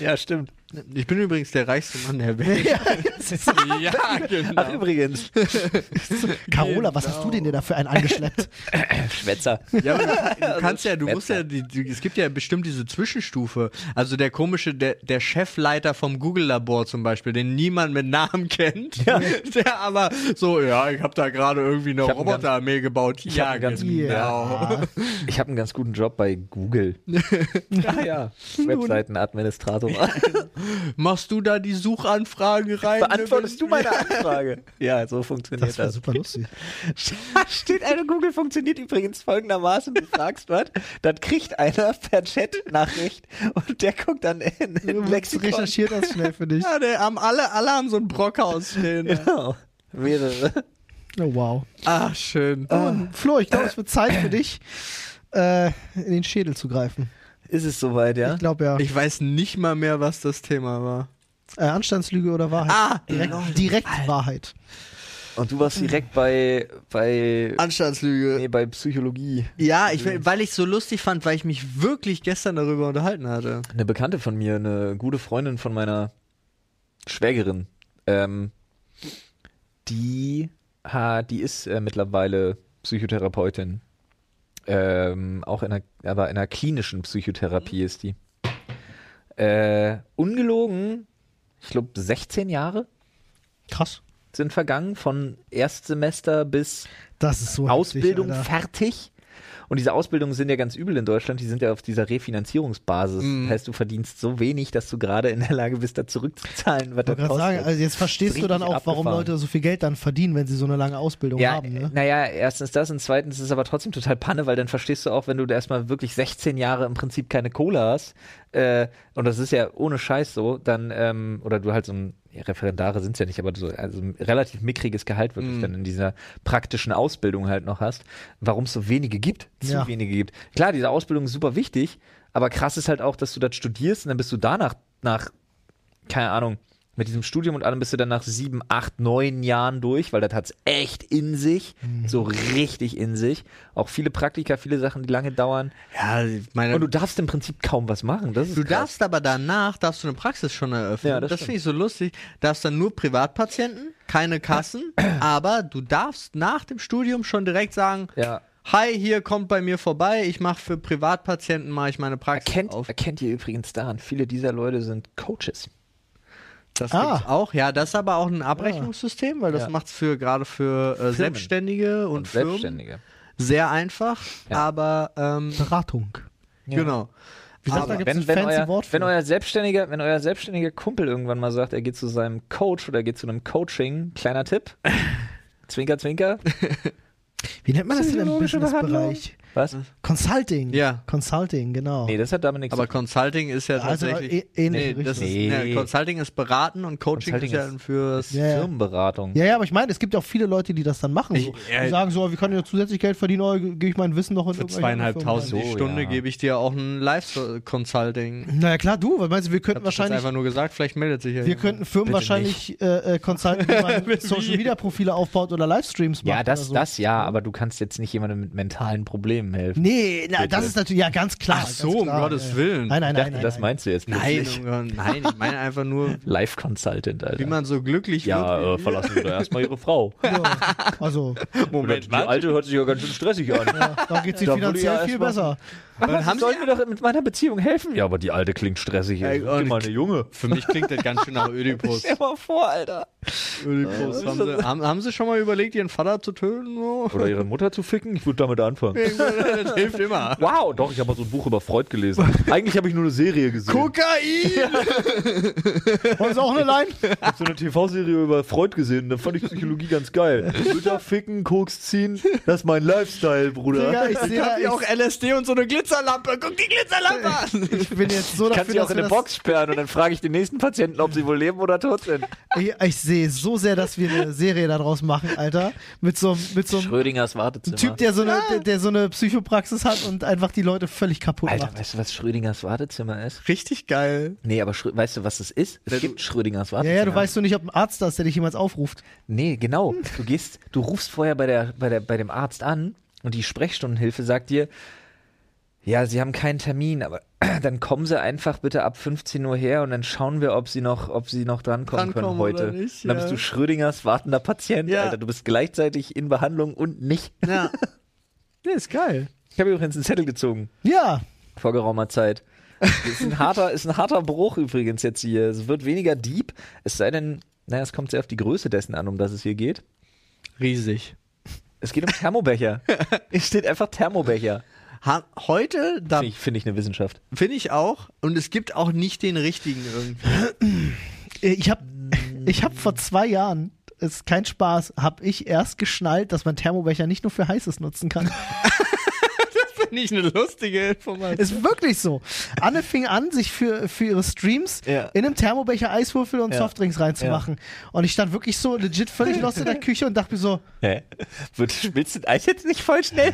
Speaker 3: ja, stimmt.
Speaker 2: Ich bin übrigens der reichste Mann der Welt. ja,
Speaker 3: Ach,
Speaker 2: genau.
Speaker 3: übrigens,
Speaker 1: Carola, was hast du denn dir dafür einen angeschleppt?
Speaker 3: Schwätzer.
Speaker 2: Ja, aber du, du kannst ja, du musst ja, die, die, es gibt ja bestimmt diese Zwischenstufe. Also der komische, der, der Chefleiter vom Google-Labor zum Beispiel, den niemand mit Namen kennt, der aber so, ja, ich habe da gerade irgendwie eine
Speaker 3: hab einen ganz-
Speaker 2: Roboterarmee gebaut.
Speaker 3: hab
Speaker 2: Ja,
Speaker 3: einen ganz-
Speaker 2: ganz
Speaker 1: Ja.
Speaker 2: genau.
Speaker 3: Ich habe einen ganz guten Job bei Google. ja, ja. Webseitenadministrator.
Speaker 2: Machst du da die Suchanfragen rein?
Speaker 3: Beantwortest du meine Anfrage? Ja, so funktioniert
Speaker 1: Das war super lustig.
Speaker 3: Steht einer, Google funktioniert übrigens folgendermaßen, du fragst was, dann kriegt einer per Chat-Nachricht und der guckt dann in, in Lexikon.
Speaker 1: Recherchiert das schnell für dich.
Speaker 2: Ja, der haben alle, alle haben so ein Brockhaus stehen.
Speaker 3: Genau. Mehrere.
Speaker 1: Oh, wow.
Speaker 2: Ach, Ah, schön.
Speaker 3: Ah.
Speaker 1: Flo, ich glaube, es wird Zeit für dich, äh, in den Schädel zu greifen.
Speaker 3: Ist es soweit, ja?
Speaker 1: Ich glaube ja.
Speaker 2: Ich weiß nicht mal mehr, was das Thema war.
Speaker 1: Äh, Anstandslüge oder Wahrheit?
Speaker 2: Ah,
Speaker 1: direkt, direkt Wahrheit.
Speaker 3: Und du warst direkt bei, bei,
Speaker 2: Also- Anstandslüge.
Speaker 3: nee, bei Psychologie.
Speaker 2: Ja, ich, weil ich so lustig fand, weil ich mich wirklich gestern darüber unterhalten hatte.
Speaker 3: Eine Bekannte von mir, eine gute Freundin von meiner Schwägerin, ähm, die, ha, die ist äh, mittlerweile Psychotherapeutin. Ähm, auch in einer, aber in einer klinischen Psychotherapie ist die. Äh, ungelogen, ich glaube 16 Jahre
Speaker 1: Krass.
Speaker 3: sind vergangen, von Erstsemester bis
Speaker 1: Das ist so
Speaker 3: Ausbildung
Speaker 1: heftig, Alter.
Speaker 3: fertig. Und diese Ausbildungen sind ja ganz übel in Deutschland. Die sind ja auf dieser Refinanzierungsbasis. Das heißt, du verdienst so wenig, dass du gerade in der Lage bist, da zurückzuzahlen,
Speaker 1: Ich
Speaker 3: was das
Speaker 1: wollte gerade
Speaker 3: kostet.
Speaker 1: sagen, also jetzt verstehst du
Speaker 3: Richtig
Speaker 1: dann auch, warum
Speaker 3: abgefahren.
Speaker 1: Leute so viel Geld dann verdienen, wenn sie so eine lange Ausbildung
Speaker 3: ja,
Speaker 1: haben. Ne?
Speaker 3: naja, erstens das und zweitens ist es aber trotzdem total Panne, weil dann verstehst du auch, wenn du da erstmal wirklich 16 Jahre im Prinzip keine Kohle hast, äh, und das ist ja ohne Scheiß so, dann, ähm, oder du halt so ein, ja, Referendare sind es ja nicht, aber so also ein relativ mickriges Gehalt wirklich dann in dieser praktischen Ausbildung halt noch hast, warum es so wenige gibt, zu
Speaker 1: Ja.
Speaker 3: wenige gibt. Klar, diese Ausbildung ist super wichtig, aber krass ist halt auch, dass du das studierst und dann bist du danach nach keine Ahnung, mit diesem Studium und allem bist du dann nach sieben, acht, neun Jahren durch, weil das hat's echt in sich,
Speaker 2: Mhm.
Speaker 3: so richtig in sich. Auch viele Praktika, viele Sachen, die lange dauern.
Speaker 2: Ja, ich meine.
Speaker 3: Und du darfst im Prinzip kaum was machen. Das ist
Speaker 2: Du
Speaker 3: krass.
Speaker 2: darfst aber danach, darfst du eine Praxis schon eröffnen.
Speaker 3: Ja, das
Speaker 2: das
Speaker 3: stimmt.
Speaker 2: finde ich so lustig. Darfst dann nur Privatpatienten, keine Kassen, aber du darfst nach dem Studium schon direkt sagen,
Speaker 3: Ja.
Speaker 2: hi, hier kommt bei mir vorbei, ich mache für Privatpatienten, mache ich meine Praxis
Speaker 3: Erkennt,
Speaker 2: auf.
Speaker 3: erkennt ihr übrigens daran, viele dieser Leute sind Coaches.
Speaker 2: Das
Speaker 1: Ah.
Speaker 2: gibt's auch. Ja, das ist aber auch ein Abrechnungssystem, weil das
Speaker 3: Ah. Ja.
Speaker 2: macht's für gerade für äh, Selbstständige und, Firmen
Speaker 3: Selbstständige.
Speaker 2: sehr einfach,
Speaker 3: Ja.
Speaker 2: aber
Speaker 3: äh,
Speaker 2: ähm,
Speaker 1: Beratung.
Speaker 2: genau.
Speaker 1: Wie sagt man,
Speaker 3: Aber
Speaker 1: gibt's
Speaker 3: wenn,
Speaker 1: ein
Speaker 3: wenn,
Speaker 1: fancy
Speaker 3: euer,
Speaker 1: Wort für?
Speaker 3: wenn euer selbstständiger, wenn euer selbstständiger Kumpel irgendwann mal sagt, er geht zu seinem Coach oder geht zu einem Coaching, kleiner Tipp, zwinker, zwinker,
Speaker 1: Wie nennt man das denn im
Speaker 3: Psychologische
Speaker 1: Businessbereich?
Speaker 3: was?
Speaker 1: Consulting.
Speaker 2: Ja.
Speaker 1: Consulting, genau.
Speaker 3: Nee, das hat damit nichts
Speaker 2: Aber Consulting ist ja
Speaker 1: Also,
Speaker 2: tatsächlich.
Speaker 1: äh, ähnliche
Speaker 2: nee, das ist,
Speaker 1: Richtung.
Speaker 2: nee,
Speaker 3: Nee.
Speaker 2: Consulting ist beraten und Coaching
Speaker 3: Consulting
Speaker 2: ist ja
Speaker 3: ist-
Speaker 2: fürs.
Speaker 1: Ja, ja.
Speaker 3: Firmenberatung.
Speaker 1: Ja, ja, aber ich meine, es gibt ja auch viele Leute, die das dann machen. So.
Speaker 2: Ich- ja,
Speaker 1: die sagen so, oh, wir können ja zusätzlich Geld verdienen, oder gebe ich mein Wissen noch in
Speaker 2: Für
Speaker 1: irgendwelche
Speaker 2: zweieinhalbtausend
Speaker 1: Firmen
Speaker 2: die
Speaker 3: So,
Speaker 2: Stunde
Speaker 3: ja.
Speaker 2: gebe ich dir auch ein Live-Consulting.
Speaker 1: rein. Naja, klar, du, weil meinst du, wir könnten
Speaker 2: Ich hab's
Speaker 1: wahrscheinlich,
Speaker 2: einfach nur gesagt, vielleicht meldet sich ja
Speaker 1: wir könnten Firmen
Speaker 3: Bitte
Speaker 1: wahrscheinlich äh, äh, Consulting, wie man Social Media Profile aufbaut oder Livestreams macht.
Speaker 3: Ja, das,
Speaker 1: oder so.
Speaker 3: das ja, aber du kannst jetzt nicht jemandem mit mentalen Problemen helfen.
Speaker 1: Nee, na, das
Speaker 3: Bitte.
Speaker 1: ist natürlich, ja, ganz klar.
Speaker 2: Ach
Speaker 1: ganz
Speaker 2: so, um
Speaker 1: klar,
Speaker 2: Gottes
Speaker 1: ja.
Speaker 2: Willen.
Speaker 1: Nein, nein,
Speaker 3: ich dachte,
Speaker 1: nein.
Speaker 3: das
Speaker 1: nein,
Speaker 3: meinst du jetzt
Speaker 2: Nein,
Speaker 3: plötzlich.
Speaker 2: nein, nein, ich meine einfach nur,
Speaker 3: Live-Consultant, Alter.
Speaker 2: wie man so glücklich wird.
Speaker 3: ja, äh, verlassen Sie doch erstmal Ihre Frau.
Speaker 1: nein. Also,
Speaker 3: Moment, die
Speaker 2: was?
Speaker 3: Alte hört sich ja ganz schön stressig an.
Speaker 1: ja, da geht es
Speaker 3: Da
Speaker 1: dir
Speaker 3: wurde ja
Speaker 1: finanziell viel
Speaker 3: erstmal-
Speaker 1: besser.
Speaker 3: Was
Speaker 2: Und haben
Speaker 3: soll
Speaker 2: sie-
Speaker 3: mir doch mit meiner Beziehung helfen? Ja, aber die alte klingt stressig.
Speaker 2: Ey,
Speaker 3: Such dir
Speaker 2: und-
Speaker 3: mal eine Junge.
Speaker 2: Für mich klingt das ganz schön nach Ödipus.
Speaker 3: Stell dir mal vor, Alter.
Speaker 2: Ödipus. Haben sie, haben, haben sie schon mal überlegt, ihren Vater zu töten? So?
Speaker 3: Oder ihre Mutter zu ficken? Ich würde damit anfangen.
Speaker 2: das hilft immer.
Speaker 3: Wow, doch, ich habe mal so ein Buch über Freud gelesen. Eigentlich habe ich nur eine Serie gesehen.
Speaker 2: Kokain!
Speaker 1: Wollen Sie auch eine Line?
Speaker 3: Ich habe so eine TV-Serie über Freud gesehen. Da fand ich Psychologie ganz geil. Mütter ficken, Koks ziehen, das ist mein Lifestyle, Bruder.
Speaker 1: Digga, ich sehe
Speaker 2: hab
Speaker 1: ja,
Speaker 2: hier auch
Speaker 1: ich,
Speaker 2: LSD und so eine Glitzerlampe. Guck die Glitzerlampe an!
Speaker 1: ich bin jetzt so
Speaker 3: Ich kann
Speaker 1: dafür,
Speaker 3: sie auch
Speaker 1: dass
Speaker 3: in
Speaker 1: wir
Speaker 3: eine
Speaker 1: das-
Speaker 3: Box sperren und dann frage ich den nächsten Patienten, ob sie wohl leben oder tot sind.
Speaker 1: Ich, ich sehe so sehr, dass wir eine Serie daraus machen, Alter. Mit so, einem- mit so einem
Speaker 3: Schrödingers Wartezimmer.
Speaker 1: Typ, der so, eine, der, der so eine Psychopraxis hat und einfach die Leute völlig kaputt
Speaker 3: Alter,
Speaker 1: macht.
Speaker 3: weißt du, was Schrödingers Wartezimmer ist?
Speaker 2: Richtig geil.
Speaker 3: Nee, aber Schrö weißt du, was das ist? Es
Speaker 2: Wenn
Speaker 3: gibt Schrödingers
Speaker 1: Ja,
Speaker 3: Wartezimmer.
Speaker 1: ja, du weißt doch nicht, ob ein Arzt da ist, der dich jemals aufruft.
Speaker 3: Nee, genau. Du gehst, du rufst vorher bei, der, bei, der, bei dem Arzt an und die Sprechstundenhilfe sagt dir, ja, sie haben keinen Termin, aber dann kommen sie einfach bitte ab 15 Uhr her und dann schauen wir, ob sie noch, ob sie noch drankommen können
Speaker 2: Drankommen
Speaker 3: heute.
Speaker 2: oder nicht,
Speaker 3: Und dann
Speaker 2: ja.
Speaker 3: bist du Schrödingers wartender Patient,
Speaker 2: Ja.
Speaker 3: Alter. Du bist gleichzeitig in Behandlung und nicht.
Speaker 2: Ja.
Speaker 1: Ja, ist geil.
Speaker 3: Ich habe übrigens einen Zettel gezogen.
Speaker 1: Ja,
Speaker 3: vor geraumer Zeit. Ist ein harter, ist ein harter Bruch übrigens jetzt hier. Es wird weniger deep, es sei denn, naja, es kommt sehr auf die Größe dessen an, um das es hier geht.
Speaker 2: Riesig.
Speaker 3: Es geht um Thermobecher. es steht einfach Thermobecher.
Speaker 2: Ha heute, da
Speaker 3: Finde ich, finde ich eine Wissenschaft.
Speaker 2: finde ich auch, und es gibt auch nicht den richtigen irgendwie.
Speaker 1: Äh, ich habe
Speaker 3: Mm.
Speaker 1: ich hab vor zwei Jahren, ist kein Spaß, habe ich erst geschnallt, dass man Thermobecher nicht nur für Heißes nutzen kann.
Speaker 2: Finde ich eine lustige Information.
Speaker 1: Ist wirklich so. Anne fing an, sich für, für ihre Streams
Speaker 3: Ja.
Speaker 1: in einem Thermobecher Eiswürfel und
Speaker 3: Ja.
Speaker 1: Softdrinks reinzumachen. Und ich stand wirklich so legit völlig lost in der Küche und dachte mir so,
Speaker 3: Hä? Wird, willst du den Eis jetzt nicht voll schnell?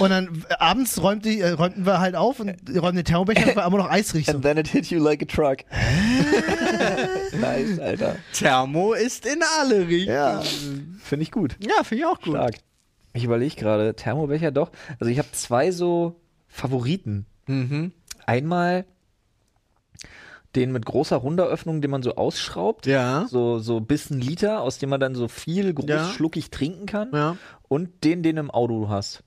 Speaker 1: und dann äh, abends räumte, äh, räumten wir halt auf und räumten den Thermobecher, weil immer noch Eis riecht. So.
Speaker 3: And then it hit you like a truck. nice, Alter.
Speaker 2: Thermo ist in alle Richtungen.
Speaker 3: Ja. Finde ich gut.
Speaker 2: Ja, finde ich auch gut.
Speaker 3: Stark. Ich überlege gerade, Thermobecher doch. Also ich habe zwei so Favoriten.
Speaker 2: Mhm.
Speaker 3: Einmal den mit großer runder Öffnung, den man so ausschraubt.
Speaker 2: Ja.
Speaker 3: So, so bis ein Liter, aus dem man dann so viel groß
Speaker 2: Ja.
Speaker 3: schluckig trinken kann.
Speaker 2: Ja.
Speaker 3: Und den, den du im Auto du hast.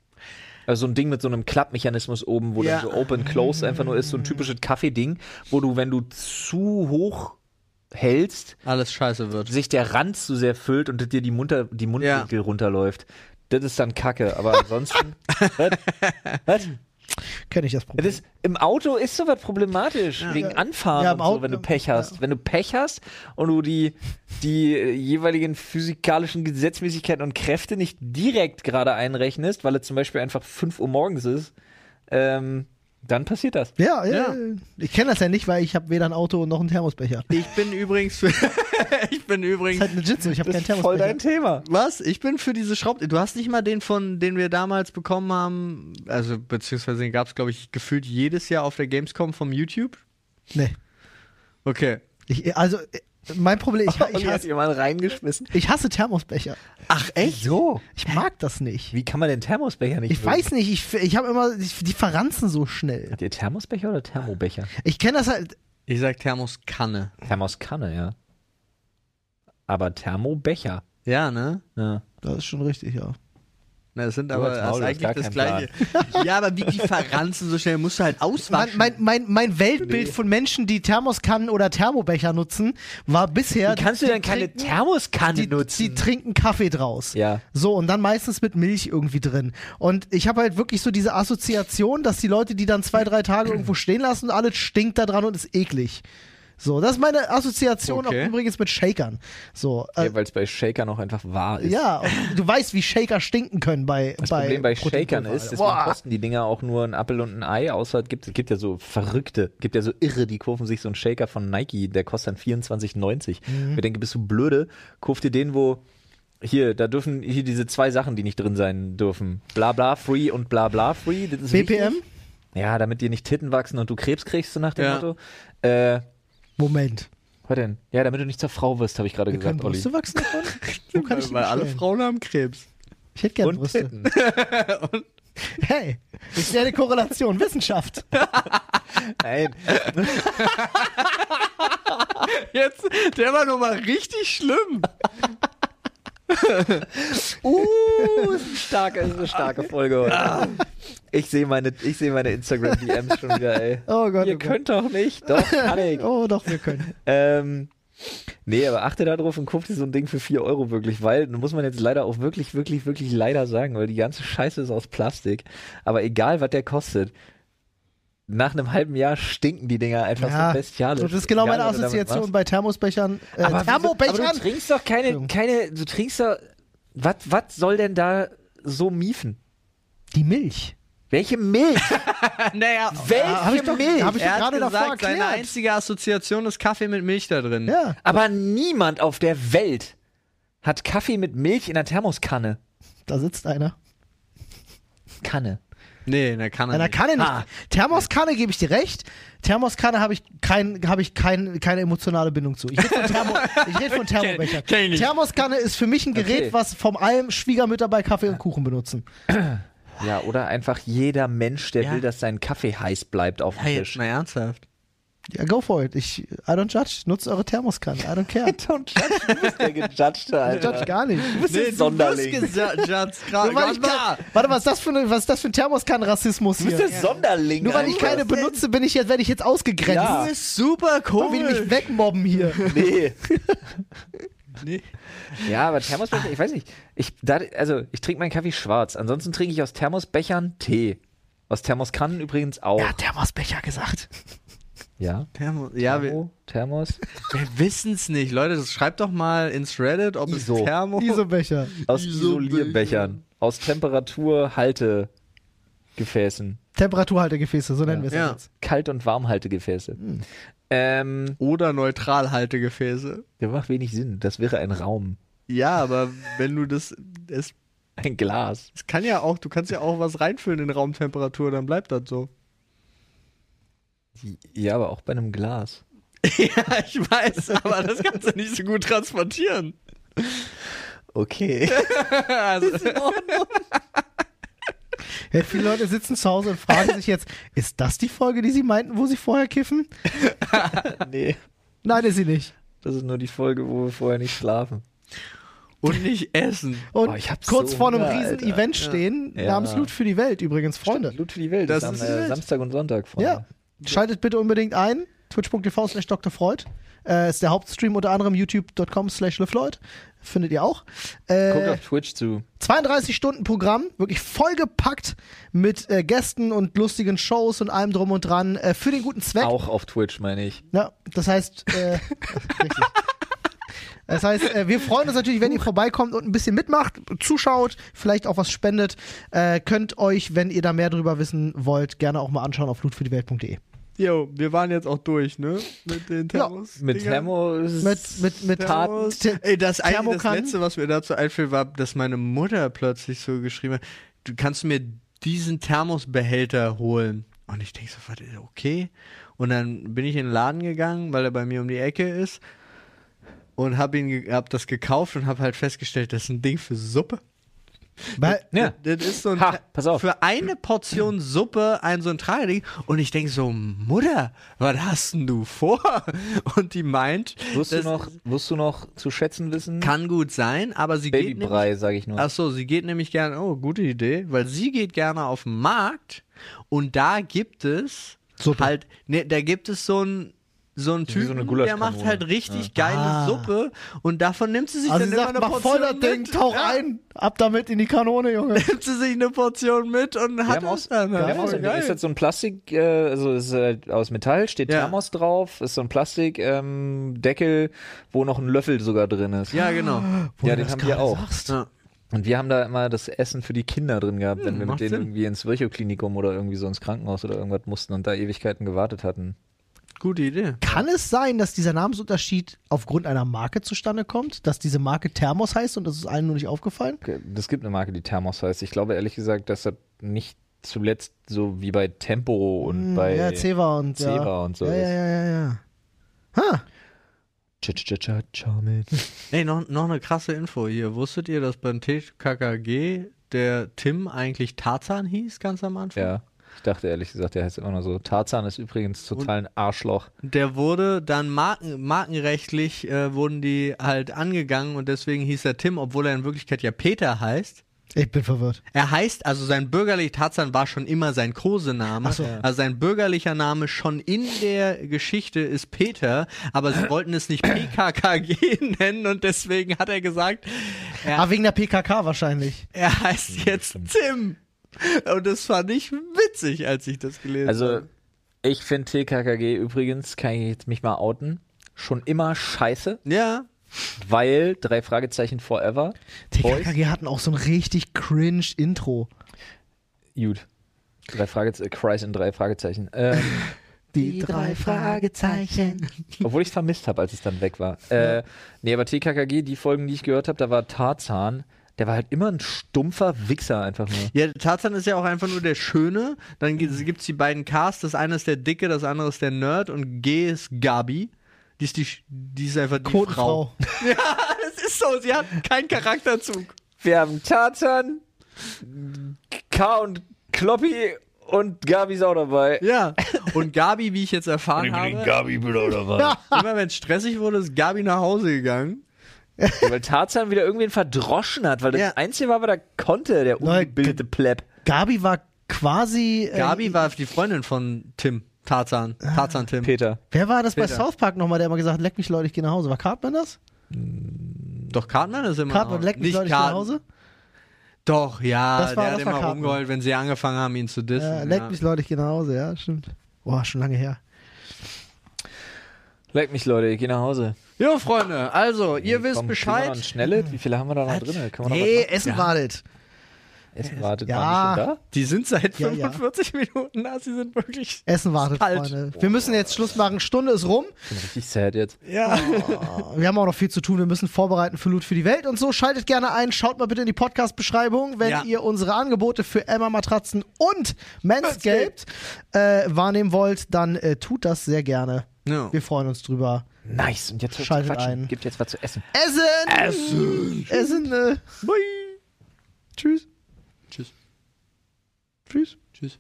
Speaker 3: Also so ein Ding mit so einem Klappmechanismus oben, wo
Speaker 2: Ja.
Speaker 3: dann so Open Close einfach nur ist, so ein typisches Kaffeeding, wo du, wenn du zu hoch hältst,
Speaker 2: Alles scheiße wird.
Speaker 3: sich der Rand zu sehr füllt und dir die, Munter, die Mundwinkel runterläuft. Das ist dann Kacke, aber ansonsten. was? Was?
Speaker 1: Kenne ich das
Speaker 3: Das
Speaker 1: Problem.
Speaker 3: ist, Im Auto ist sowas problematisch, wegen Anfahren
Speaker 1: Ja, im
Speaker 3: und so,
Speaker 1: Auto-
Speaker 3: wenn du Pech hast.
Speaker 1: ja.
Speaker 3: Wenn du Pech hast und du die, die äh, jeweiligen physikalischen Gesetzmäßigkeiten und Kräfte nicht direkt gerade einrechnest, weil es zum Beispiel einfach 5 Uhr morgens ist, ähm, dann passiert das.
Speaker 1: Ja, ja,
Speaker 2: Ja.
Speaker 1: ich kenne das ja nicht, weil ich habe weder ein Auto noch einen Thermosbecher.
Speaker 2: Ich bin übrigens für. ich bin
Speaker 1: Das
Speaker 2: übrigens.
Speaker 1: ist halt legit so, ich habe
Speaker 3: Das
Speaker 1: keinen
Speaker 3: ist voll
Speaker 1: Thermosbecher.
Speaker 3: dein Thema.
Speaker 2: Was? Ich bin für diese Schraub. Du hast nicht mal den von, den wir damals bekommen haben. Also, beziehungsweise den gab es, glaube ich, gefühlt jedes Jahr auf der Gamescom vom YouTube.
Speaker 1: Nee.
Speaker 2: Okay.
Speaker 1: Ich, also, äh, mein Problem, ich,
Speaker 3: Und
Speaker 1: ich,
Speaker 3: hat
Speaker 1: hasse,
Speaker 3: jemand reingeschmissen.
Speaker 1: ich hasse Thermosbecher.
Speaker 3: Ach echt? So.
Speaker 1: Ich mag das nicht.
Speaker 3: Wie kann man den Thermosbecher nicht
Speaker 1: Ich
Speaker 3: mögen?
Speaker 1: weiß nicht, ich, ich habe immer, ich, die verranzen so schnell.
Speaker 3: Habt ihr Thermosbecher oder Thermobecher?
Speaker 1: Ich kenne das halt,
Speaker 2: Ich sag Thermoskanne.
Speaker 3: Thermoskanne, ja. Aber Thermobecher.
Speaker 2: Ja, ne?
Speaker 3: Ja.
Speaker 1: das ist schon richtig, ja.
Speaker 2: Na, das sind
Speaker 3: Du
Speaker 2: aber
Speaker 3: als
Speaker 2: das
Speaker 3: Maul,
Speaker 2: ist
Speaker 3: du hast
Speaker 2: eigentlich das
Speaker 3: gar
Speaker 2: Gleiche. ja, aber wie die verranzen so schnell, musst du halt
Speaker 1: Mein,
Speaker 2: auswaschen.
Speaker 1: mein, mein, mein Weltbild von Menschen, die Thermoskannen oder Thermobecher nutzen, war bisher.
Speaker 3: Wie kannst du
Speaker 1: die
Speaker 3: denn keine
Speaker 1: trinken-
Speaker 3: Thermoskanne
Speaker 1: die,
Speaker 3: nutzen?
Speaker 1: die trinken Kaffee draus.
Speaker 3: Ja.
Speaker 1: So, und dann meistens mit Milch irgendwie drin. Und ich habe halt wirklich so diese Assoziation, dass die Leute, die dann zwei, drei Tage irgendwo stehen lassen und alles stinkt da dran und ist eklig. So, das ist meine Assoziation
Speaker 2: Okay.
Speaker 1: auch übrigens mit Shakern. So, äh,
Speaker 3: Ja, weil es bei Shaker noch einfach wahr ist.
Speaker 1: ja, und du weißt, wie Shaker stinken können bei
Speaker 3: Das Problem bei Shakern
Speaker 1: Proteinpulver,
Speaker 3: ist,
Speaker 1: Alter.
Speaker 3: deswegen
Speaker 1: Boah.
Speaker 3: kosten die Dinger auch nur ein Appel und ein Ei, außer es gibt, es gibt ja so Verrückte, gibt ja so Irre, die kurven sich so einen Shaker von Nike, der kostet dann 24,90.
Speaker 1: Mhm.
Speaker 3: Ich denke, bist du blöde, kauf dir den, wo, hier, da dürfen hier diese zwei Sachen, die nicht drin sein dürfen. Bla bla free und bla bla free. Das ist
Speaker 1: BPM?
Speaker 3: Wichtig. Ja, damit dir nicht Titten wachsen und du Krebs kriegst, so nach dem
Speaker 2: Ja.
Speaker 3: Motto. Äh,
Speaker 1: Moment.
Speaker 3: was denn? Ja, damit du nicht zur Frau wirst, habe ich gerade
Speaker 1: Wir können
Speaker 3: gesagt, Olli.
Speaker 1: Brüste wachsen davon? Wo kann ich die
Speaker 2: Weil alle
Speaker 1: bestellen?
Speaker 2: Frauen haben Krebs.
Speaker 1: Ich hätte gerne
Speaker 3: Und
Speaker 1: Brüste.
Speaker 3: Titten.
Speaker 1: Hey, ich sehe eine Korrelation. Wissenschaft.
Speaker 3: Nein.
Speaker 2: Jetzt, der war nochmal richtig schlimm.
Speaker 3: Uh, ist, ein starke, ist eine starke Folge heute. Ich sehe meine, ich sehe meine Instagram-DMs schon wieder, ey.
Speaker 1: Oh Gott.
Speaker 3: Ihr
Speaker 1: oh
Speaker 3: könnt doch nicht. Doch, kann ich.
Speaker 1: Gott. Oh doch, wir können.
Speaker 3: Ähm, nee, aber achte darauf und kauft dir so ein Ding für 4 Euro wirklich, weil, nun muss man jetzt leider auch wirklich, wirklich, wirklich leider sagen, weil die ganze Scheiße ist aus Plastik. Aber egal, was der kostet, nach einem halben Jahr stinken die Dinger einfach so bestialisch.
Speaker 1: das ist genau
Speaker 3: Egal,
Speaker 1: meine
Speaker 3: was du damit machst.
Speaker 1: Assoziation bei Thermosbechern. Äh,
Speaker 3: Aber, wieso, aber du
Speaker 1: Thermobechern!
Speaker 3: trinkst doch keine,
Speaker 1: Entschuldigung.
Speaker 3: keine, du trinkst doch, was, was soll denn da so miefen?
Speaker 1: Die Milch.
Speaker 3: Welche Milch?
Speaker 2: naja,
Speaker 3: Welche
Speaker 1: hab ich doch-
Speaker 3: Milch?
Speaker 1: hab ich-
Speaker 2: er hat
Speaker 1: gerade davor
Speaker 2: gesagt, seine
Speaker 1: erklärt.
Speaker 2: einzige Assoziation ist Kaffee mit Milch da drin.
Speaker 1: Ja.
Speaker 3: aber niemand auf der Welt hat Kaffee mit Milch in der Thermoskanne.
Speaker 1: Da sitzt einer.
Speaker 3: Kanne.
Speaker 2: Nee, na kann er
Speaker 1: Einer
Speaker 2: nicht.
Speaker 1: Kanne nicht.
Speaker 3: Ah.
Speaker 1: Thermoskanne gebe ich dir recht. Thermoskanne habe ich, kein, hab ich kein, keine emotionale Bindung zu. Ich rede von, Thermo, ich red von Thermobechern.
Speaker 2: kenn ich nicht.
Speaker 1: Thermoskanne ist für mich ein Gerät,
Speaker 3: Okay.
Speaker 1: was vom allem Schwiegermütter bei Kaffee und Kuchen benutzen.
Speaker 3: Ja, oder einfach jeder Mensch, der
Speaker 2: Ja.
Speaker 3: will, dass sein Kaffee heiß bleibt auf dem
Speaker 2: Ja, jetzt
Speaker 3: Tisch.
Speaker 2: mal ernsthaft.
Speaker 1: Ja, go for it. Ich, I don't judge. Nutzt eure Thermoskanne. I don't care.
Speaker 3: Don't judge, du bist der Gejudgte,
Speaker 1: Ich judge gar nicht.
Speaker 3: bist
Speaker 2: Nee,
Speaker 3: ein Sonderling.
Speaker 2: Du bist gejudged gerade.
Speaker 1: Nur weil ich
Speaker 2: Gott, da.
Speaker 1: kein, warte, was ist das für, eine- was ist das für ein Thermoskannen-Rassismus
Speaker 3: Du bist
Speaker 1: hier?
Speaker 3: der Sonderling.
Speaker 1: Nur weil ich
Speaker 3: Alter.
Speaker 1: keine benutze, bin ich jetzt, werde ich jetzt ausgegrenzt.
Speaker 3: Ja.
Speaker 2: Du bist super
Speaker 1: Guck, wie die mich
Speaker 2: cool.
Speaker 1: wegmobben hier.
Speaker 3: Nee.
Speaker 2: Nee.
Speaker 3: Ja, aber Thermosbecher, ich weiß nicht. Ich, da, also, ich trinke meinen Kaffee schwarz. Ansonsten trinke ich aus Thermosbechern Tee. Aus Thermoskannen übrigens auch.
Speaker 1: Ja, Thermosbecher gesagt.
Speaker 3: Ja.
Speaker 2: Thermo- Ja, wir,
Speaker 3: Thermo, Thermos.
Speaker 2: wir wissen es nicht. Leute, das schreibt doch mal ins Reddit, ob
Speaker 3: ISO.
Speaker 2: es Thermo...
Speaker 1: Isobecher.
Speaker 3: Aus
Speaker 2: Isolierbecher.
Speaker 3: Isolierbechern. Aus Temperaturhaltegefäßen.
Speaker 1: Temperaturhaltegefäße, so nennen wir es
Speaker 2: Ja.
Speaker 1: jetzt.
Speaker 3: Kalt- und Warmhaltegefäße.
Speaker 1: Hm.
Speaker 3: Ähm,
Speaker 2: Oder Neutralhaltegefäße.
Speaker 3: der macht wenig Sinn. Das wäre ein Raum.
Speaker 2: Ja, aber wenn du das... Es,
Speaker 3: Ein Glas.
Speaker 2: es kann ja auch... Du kannst ja auch was reinfüllen in Raumtemperatur, dann bleibt das so.
Speaker 3: Ja, aber auch bei einem Glas.
Speaker 2: Ja, ich weiß, aber das kannst du nicht so gut transportieren.
Speaker 3: Okay.
Speaker 2: Also,
Speaker 1: Ja, viele Leute sitzen zu Hause und fragen sich jetzt, ist das die Folge, die sie meinten, wo sie vorher kiffen?
Speaker 3: nee.
Speaker 1: Nein, ist sie nicht.
Speaker 3: Das ist nur die Folge, wo wir vorher nicht schlafen.
Speaker 2: und nicht essen.
Speaker 1: Und
Speaker 3: Boah, ich hab
Speaker 1: kurz
Speaker 3: so
Speaker 1: vor einem
Speaker 3: Hunger,
Speaker 1: riesen
Speaker 3: Alter.
Speaker 1: Event stehen,
Speaker 3: Ja.
Speaker 1: namens Loot für die Welt übrigens, Freunde.
Speaker 3: Blut für die Welt.
Speaker 2: Das
Speaker 3: Das, ist
Speaker 2: ist
Speaker 3: am
Speaker 2: die
Speaker 3: äh,
Speaker 2: Welt.
Speaker 3: Samstag und Sonntag. Freunde.
Speaker 1: Ja. Schaltet bitte unbedingt ein. Twitch.tv slash Dr. Freud. Äh, ist der Hauptstream unter anderem youtube.com slash LeFloid. Findet ihr auch.
Speaker 3: Guckt
Speaker 1: Äh,
Speaker 3: auf Twitch zu.
Speaker 1: 32 Stunden Programm, wirklich vollgepackt mit äh, Gästen und lustigen Shows und allem drum und dran. Äh, für den guten Zweck.
Speaker 3: Auch auf Twitch, meine ich.
Speaker 1: Ja, das heißt, äh, richtig. Das heißt, äh, wir freuen uns natürlich, wenn ihr vorbeikommt und ein bisschen mitmacht, zuschaut, vielleicht auch was spendet. Äh, könnt euch, wenn ihr da mehr drüber wissen wollt, gerne auch mal anschauen auf lootfürdiewelt.de.
Speaker 2: Jo, wir waren jetzt auch durch, ne? Mit den
Speaker 1: Ja,
Speaker 2: Thermos.
Speaker 3: Mit
Speaker 2: Dingern.
Speaker 3: Thermo.
Speaker 1: Mit, mit, mit
Speaker 2: Thermos.
Speaker 1: Te-
Speaker 2: Ey, das, eigentlich das
Speaker 1: Thermokannen?
Speaker 2: Letzte, was mir dazu einfiel, war, dass meine Mutter plötzlich so geschrieben hat, du kannst mir diesen Thermosbehälter holen. Und ich denke so, was ist okay? Und dann bin ich in den Laden gegangen, weil er bei mir um die Ecke ist und hab ihn ge- hab das gekauft und hab halt festgestellt, das ist ein Ding für Suppe.
Speaker 1: Weil,
Speaker 3: Ja.
Speaker 2: Das ist so ein
Speaker 3: Ha, pass auf.
Speaker 2: für eine Portion Suppe ein so ein Trageding und ich denke so Mutter, was hast denn du vor? Und die meint,
Speaker 3: Wirst du,
Speaker 2: das
Speaker 3: noch, wirst du noch zu schätzen wissen?
Speaker 2: kann gut sein, aber sie geht nämlich Also,
Speaker 3: Babybrei, sage ich nur.
Speaker 2: Ach so, sie geht nämlich gerne, oh, gute Idee, weil sie geht gerne auf den Markt und da gibt es
Speaker 1: Suppe.
Speaker 2: halt, ne, da gibt es so ein so ein
Speaker 3: Wie so
Speaker 2: Typen,
Speaker 3: eine
Speaker 2: der macht
Speaker 3: Gulaschkanone.
Speaker 2: halt richtig geile
Speaker 1: Ah.
Speaker 2: Suppe und davon nimmt sie sich
Speaker 1: also
Speaker 2: dann
Speaker 1: sie
Speaker 2: immer
Speaker 1: sagt,
Speaker 2: eine
Speaker 1: mach
Speaker 2: Portion
Speaker 1: voll das
Speaker 2: mit.
Speaker 1: Ding, tauch
Speaker 2: Ja,
Speaker 1: ein, ab damit in die Kanone, Junge.
Speaker 2: nimmt sie sich eine Portion mit und hat
Speaker 3: Thermos,
Speaker 2: es dann.
Speaker 3: Thermos,
Speaker 2: Voll
Speaker 3: Ding. ist
Speaker 2: geil.
Speaker 3: jetzt so ein Plastik, äh, also ist äh, aus Metall, steht
Speaker 2: Ja.
Speaker 3: Thermos drauf, ist so ein Plastikdeckel, ähm, Deckel, wo noch ein Löffel sogar drin ist.
Speaker 2: Ja, genau.
Speaker 1: Wo
Speaker 3: Ja,
Speaker 1: du
Speaker 3: den
Speaker 1: das
Speaker 3: haben wir
Speaker 1: gerade
Speaker 3: auch.
Speaker 1: sagst.
Speaker 2: Ja.
Speaker 3: Und wir haben da immer das Essen für die Kinder drin gehabt, wenn wir mit
Speaker 2: macht
Speaker 3: denen
Speaker 2: Sinn.
Speaker 3: irgendwie ins Virchow-Klinikum oder irgendwie so ins Krankenhaus oder irgendwas mussten und da Ewigkeiten gewartet hatten.
Speaker 2: Gute Idee.
Speaker 1: Kann es sein, dass dieser Namensunterschied aufgrund einer Marke zustande kommt? Dass diese Marke Thermos heißt und das ist allen nur nicht aufgefallen?
Speaker 3: Es gibt eine Marke, die Thermos heißt. Ich glaube ehrlich gesagt, dass das nicht zuletzt so wie bei Tempo und
Speaker 1: Hm,
Speaker 3: bei
Speaker 1: ja, Ceva und ja.
Speaker 3: Ceva und so
Speaker 1: Ja, ja,
Speaker 3: ist.
Speaker 1: ja, ja, ja. Ha,
Speaker 3: Cha, cha, cha, cha, mit.
Speaker 2: Ey, noch, noch eine krasse Info hier. Wusstet ihr, dass beim TKKG der Tim eigentlich Tarzan hieß ganz am Anfang?
Speaker 3: Ja. Ich dachte ehrlich gesagt, der heißt immer nur so. Tarzan ist übrigens total ein Arschloch.
Speaker 2: Der wurde dann marken, markenrechtlich, äh, wurden die halt angegangen und deswegen hieß er Tim, obwohl er in Wirklichkeit ja Peter heißt.
Speaker 1: Ich bin verwirrt.
Speaker 2: Er heißt, also sein bürgerlicher Tarzan war schon immer sein Kosename.
Speaker 1: Ach so.
Speaker 2: Also sein bürgerlicher Name schon in der Geschichte ist Peter, aber sie wollten es nicht PKKG nennen und deswegen hat er gesagt, er,
Speaker 1: Ah, wegen der PKK wahrscheinlich.
Speaker 2: er heißt jetzt Tim. Und das fand ich witzig, als ich das gelesen
Speaker 3: Also,
Speaker 2: habe.
Speaker 3: ich finde TKKG übrigens, kann ich jetzt mich mal outen, schon immer scheiße,
Speaker 2: Ja,
Speaker 3: weil drei Fragezeichen forever. Boys.
Speaker 1: TKKG hatten auch so ein richtig cringe Intro.
Speaker 3: Gut. Drei Fragezeichen, Christ in drei Fragezeichen. Ähm,
Speaker 1: Die, drei Fragezeichen.
Speaker 3: obwohl ich es vermisst habe, als es dann weg war. Äh, nee, aber TKKG, die Folgen, die ich gehört habe, da war Tarzan, der war halt immer ein stumpfer Wichser einfach nur.
Speaker 2: Ja, Tarzan ist ja auch einfach nur der Schöne. Dann gibt es die beiden Casts. Das eine ist der Dicke, das andere ist der Nerd. Und G ist Gabi. Die ist, die, Sch- die ist einfach die Frau.
Speaker 1: Kotenfrau.
Speaker 2: Ja, das ist so. Sie hat keinen Charakterzug.
Speaker 3: Wir haben Tarzan, K und Kloppi und Gabi ist auch dabei.
Speaker 2: Ja. Und Gabi, wie ich jetzt erfahren habe,
Speaker 3: Gabi bin auch dabei.
Speaker 2: immer wenn es stressig wurde, ist Gabi nach Hause gegangen.
Speaker 3: Weil Tarzan wieder irgendwen verdroschen hat, weil das
Speaker 2: Ja.
Speaker 3: Einzige war, was er konnte, der
Speaker 1: Leute,
Speaker 3: ungebildete Pleb.
Speaker 1: Gabi war quasi. Äh,
Speaker 2: Gabi war die Freundin von Tim. Tarzan.
Speaker 1: Ah,
Speaker 2: Tarzan Tim.
Speaker 3: Peter.
Speaker 1: Wer war das bei
Speaker 2: Peter.
Speaker 1: South Park nochmal, der immer gesagt hat, leck mich Leute, ich gehe nach Hause? War Cartman das?
Speaker 2: Doch, Cartman ist immer
Speaker 1: Cartman,
Speaker 2: noch-
Speaker 1: leck mich
Speaker 2: nicht
Speaker 1: Leute, ich gehe nach
Speaker 2: Cartman.
Speaker 1: Hause?
Speaker 2: Doch, ja.
Speaker 1: Das war-
Speaker 2: der hat
Speaker 1: das war
Speaker 2: immer
Speaker 1: Cartman.
Speaker 2: rumgeheult, wenn sie angefangen haben, ihn zu dissen.
Speaker 1: Äh, leck
Speaker 2: ja.
Speaker 1: mich Leute, ich gehe nach Hause, ja, stimmt. Boah, schon lange her.
Speaker 3: Leck mich, Leute, ich gehe nach Hause.
Speaker 2: Jo, Freunde, also, ihr wisst
Speaker 3: Komm, kriegen wir noch ein
Speaker 2: Bescheid.
Speaker 3: Schnelle? Wie viele haben wir da noch drin? Können wir noch
Speaker 1: Nee,
Speaker 3: was ne?
Speaker 1: Essen wartet.
Speaker 3: machen? Essen wartet
Speaker 1: Ja.
Speaker 3: war nicht schon da?
Speaker 2: Die sind seit
Speaker 1: Ja, ja.
Speaker 2: 45 Minuten da, sie sind wirklich.
Speaker 1: Essen wartet,
Speaker 2: kalt.
Speaker 1: Freunde. Wir müssen jetzt Schluss machen. Stunde ist rum.
Speaker 3: Ich bin richtig sad jetzt.
Speaker 2: Ja.
Speaker 1: Wir haben auch noch viel zu tun. Wir müssen vorbereiten für Loot für die Welt und so. Schaltet gerne ein. Schaut mal bitte in die Podcast-Beschreibung, wenn
Speaker 2: Ja.
Speaker 1: ihr unsere Angebote für Emma Matratzen und Manscaped äh, wahrnehmen wollt, dann äh, tut das sehr gerne.
Speaker 2: No.
Speaker 1: Wir freuen uns drüber.
Speaker 3: Nice, und jetzt hört's
Speaker 1: Schaltet
Speaker 3: zu quatschen.
Speaker 1: ein.
Speaker 3: Gibt jetzt was zu essen.
Speaker 1: Essen! Essen! Essen! Äh,
Speaker 2: Bye.
Speaker 1: tschüss.
Speaker 2: Tschüss.
Speaker 1: Tschüss.
Speaker 2: Tschüss.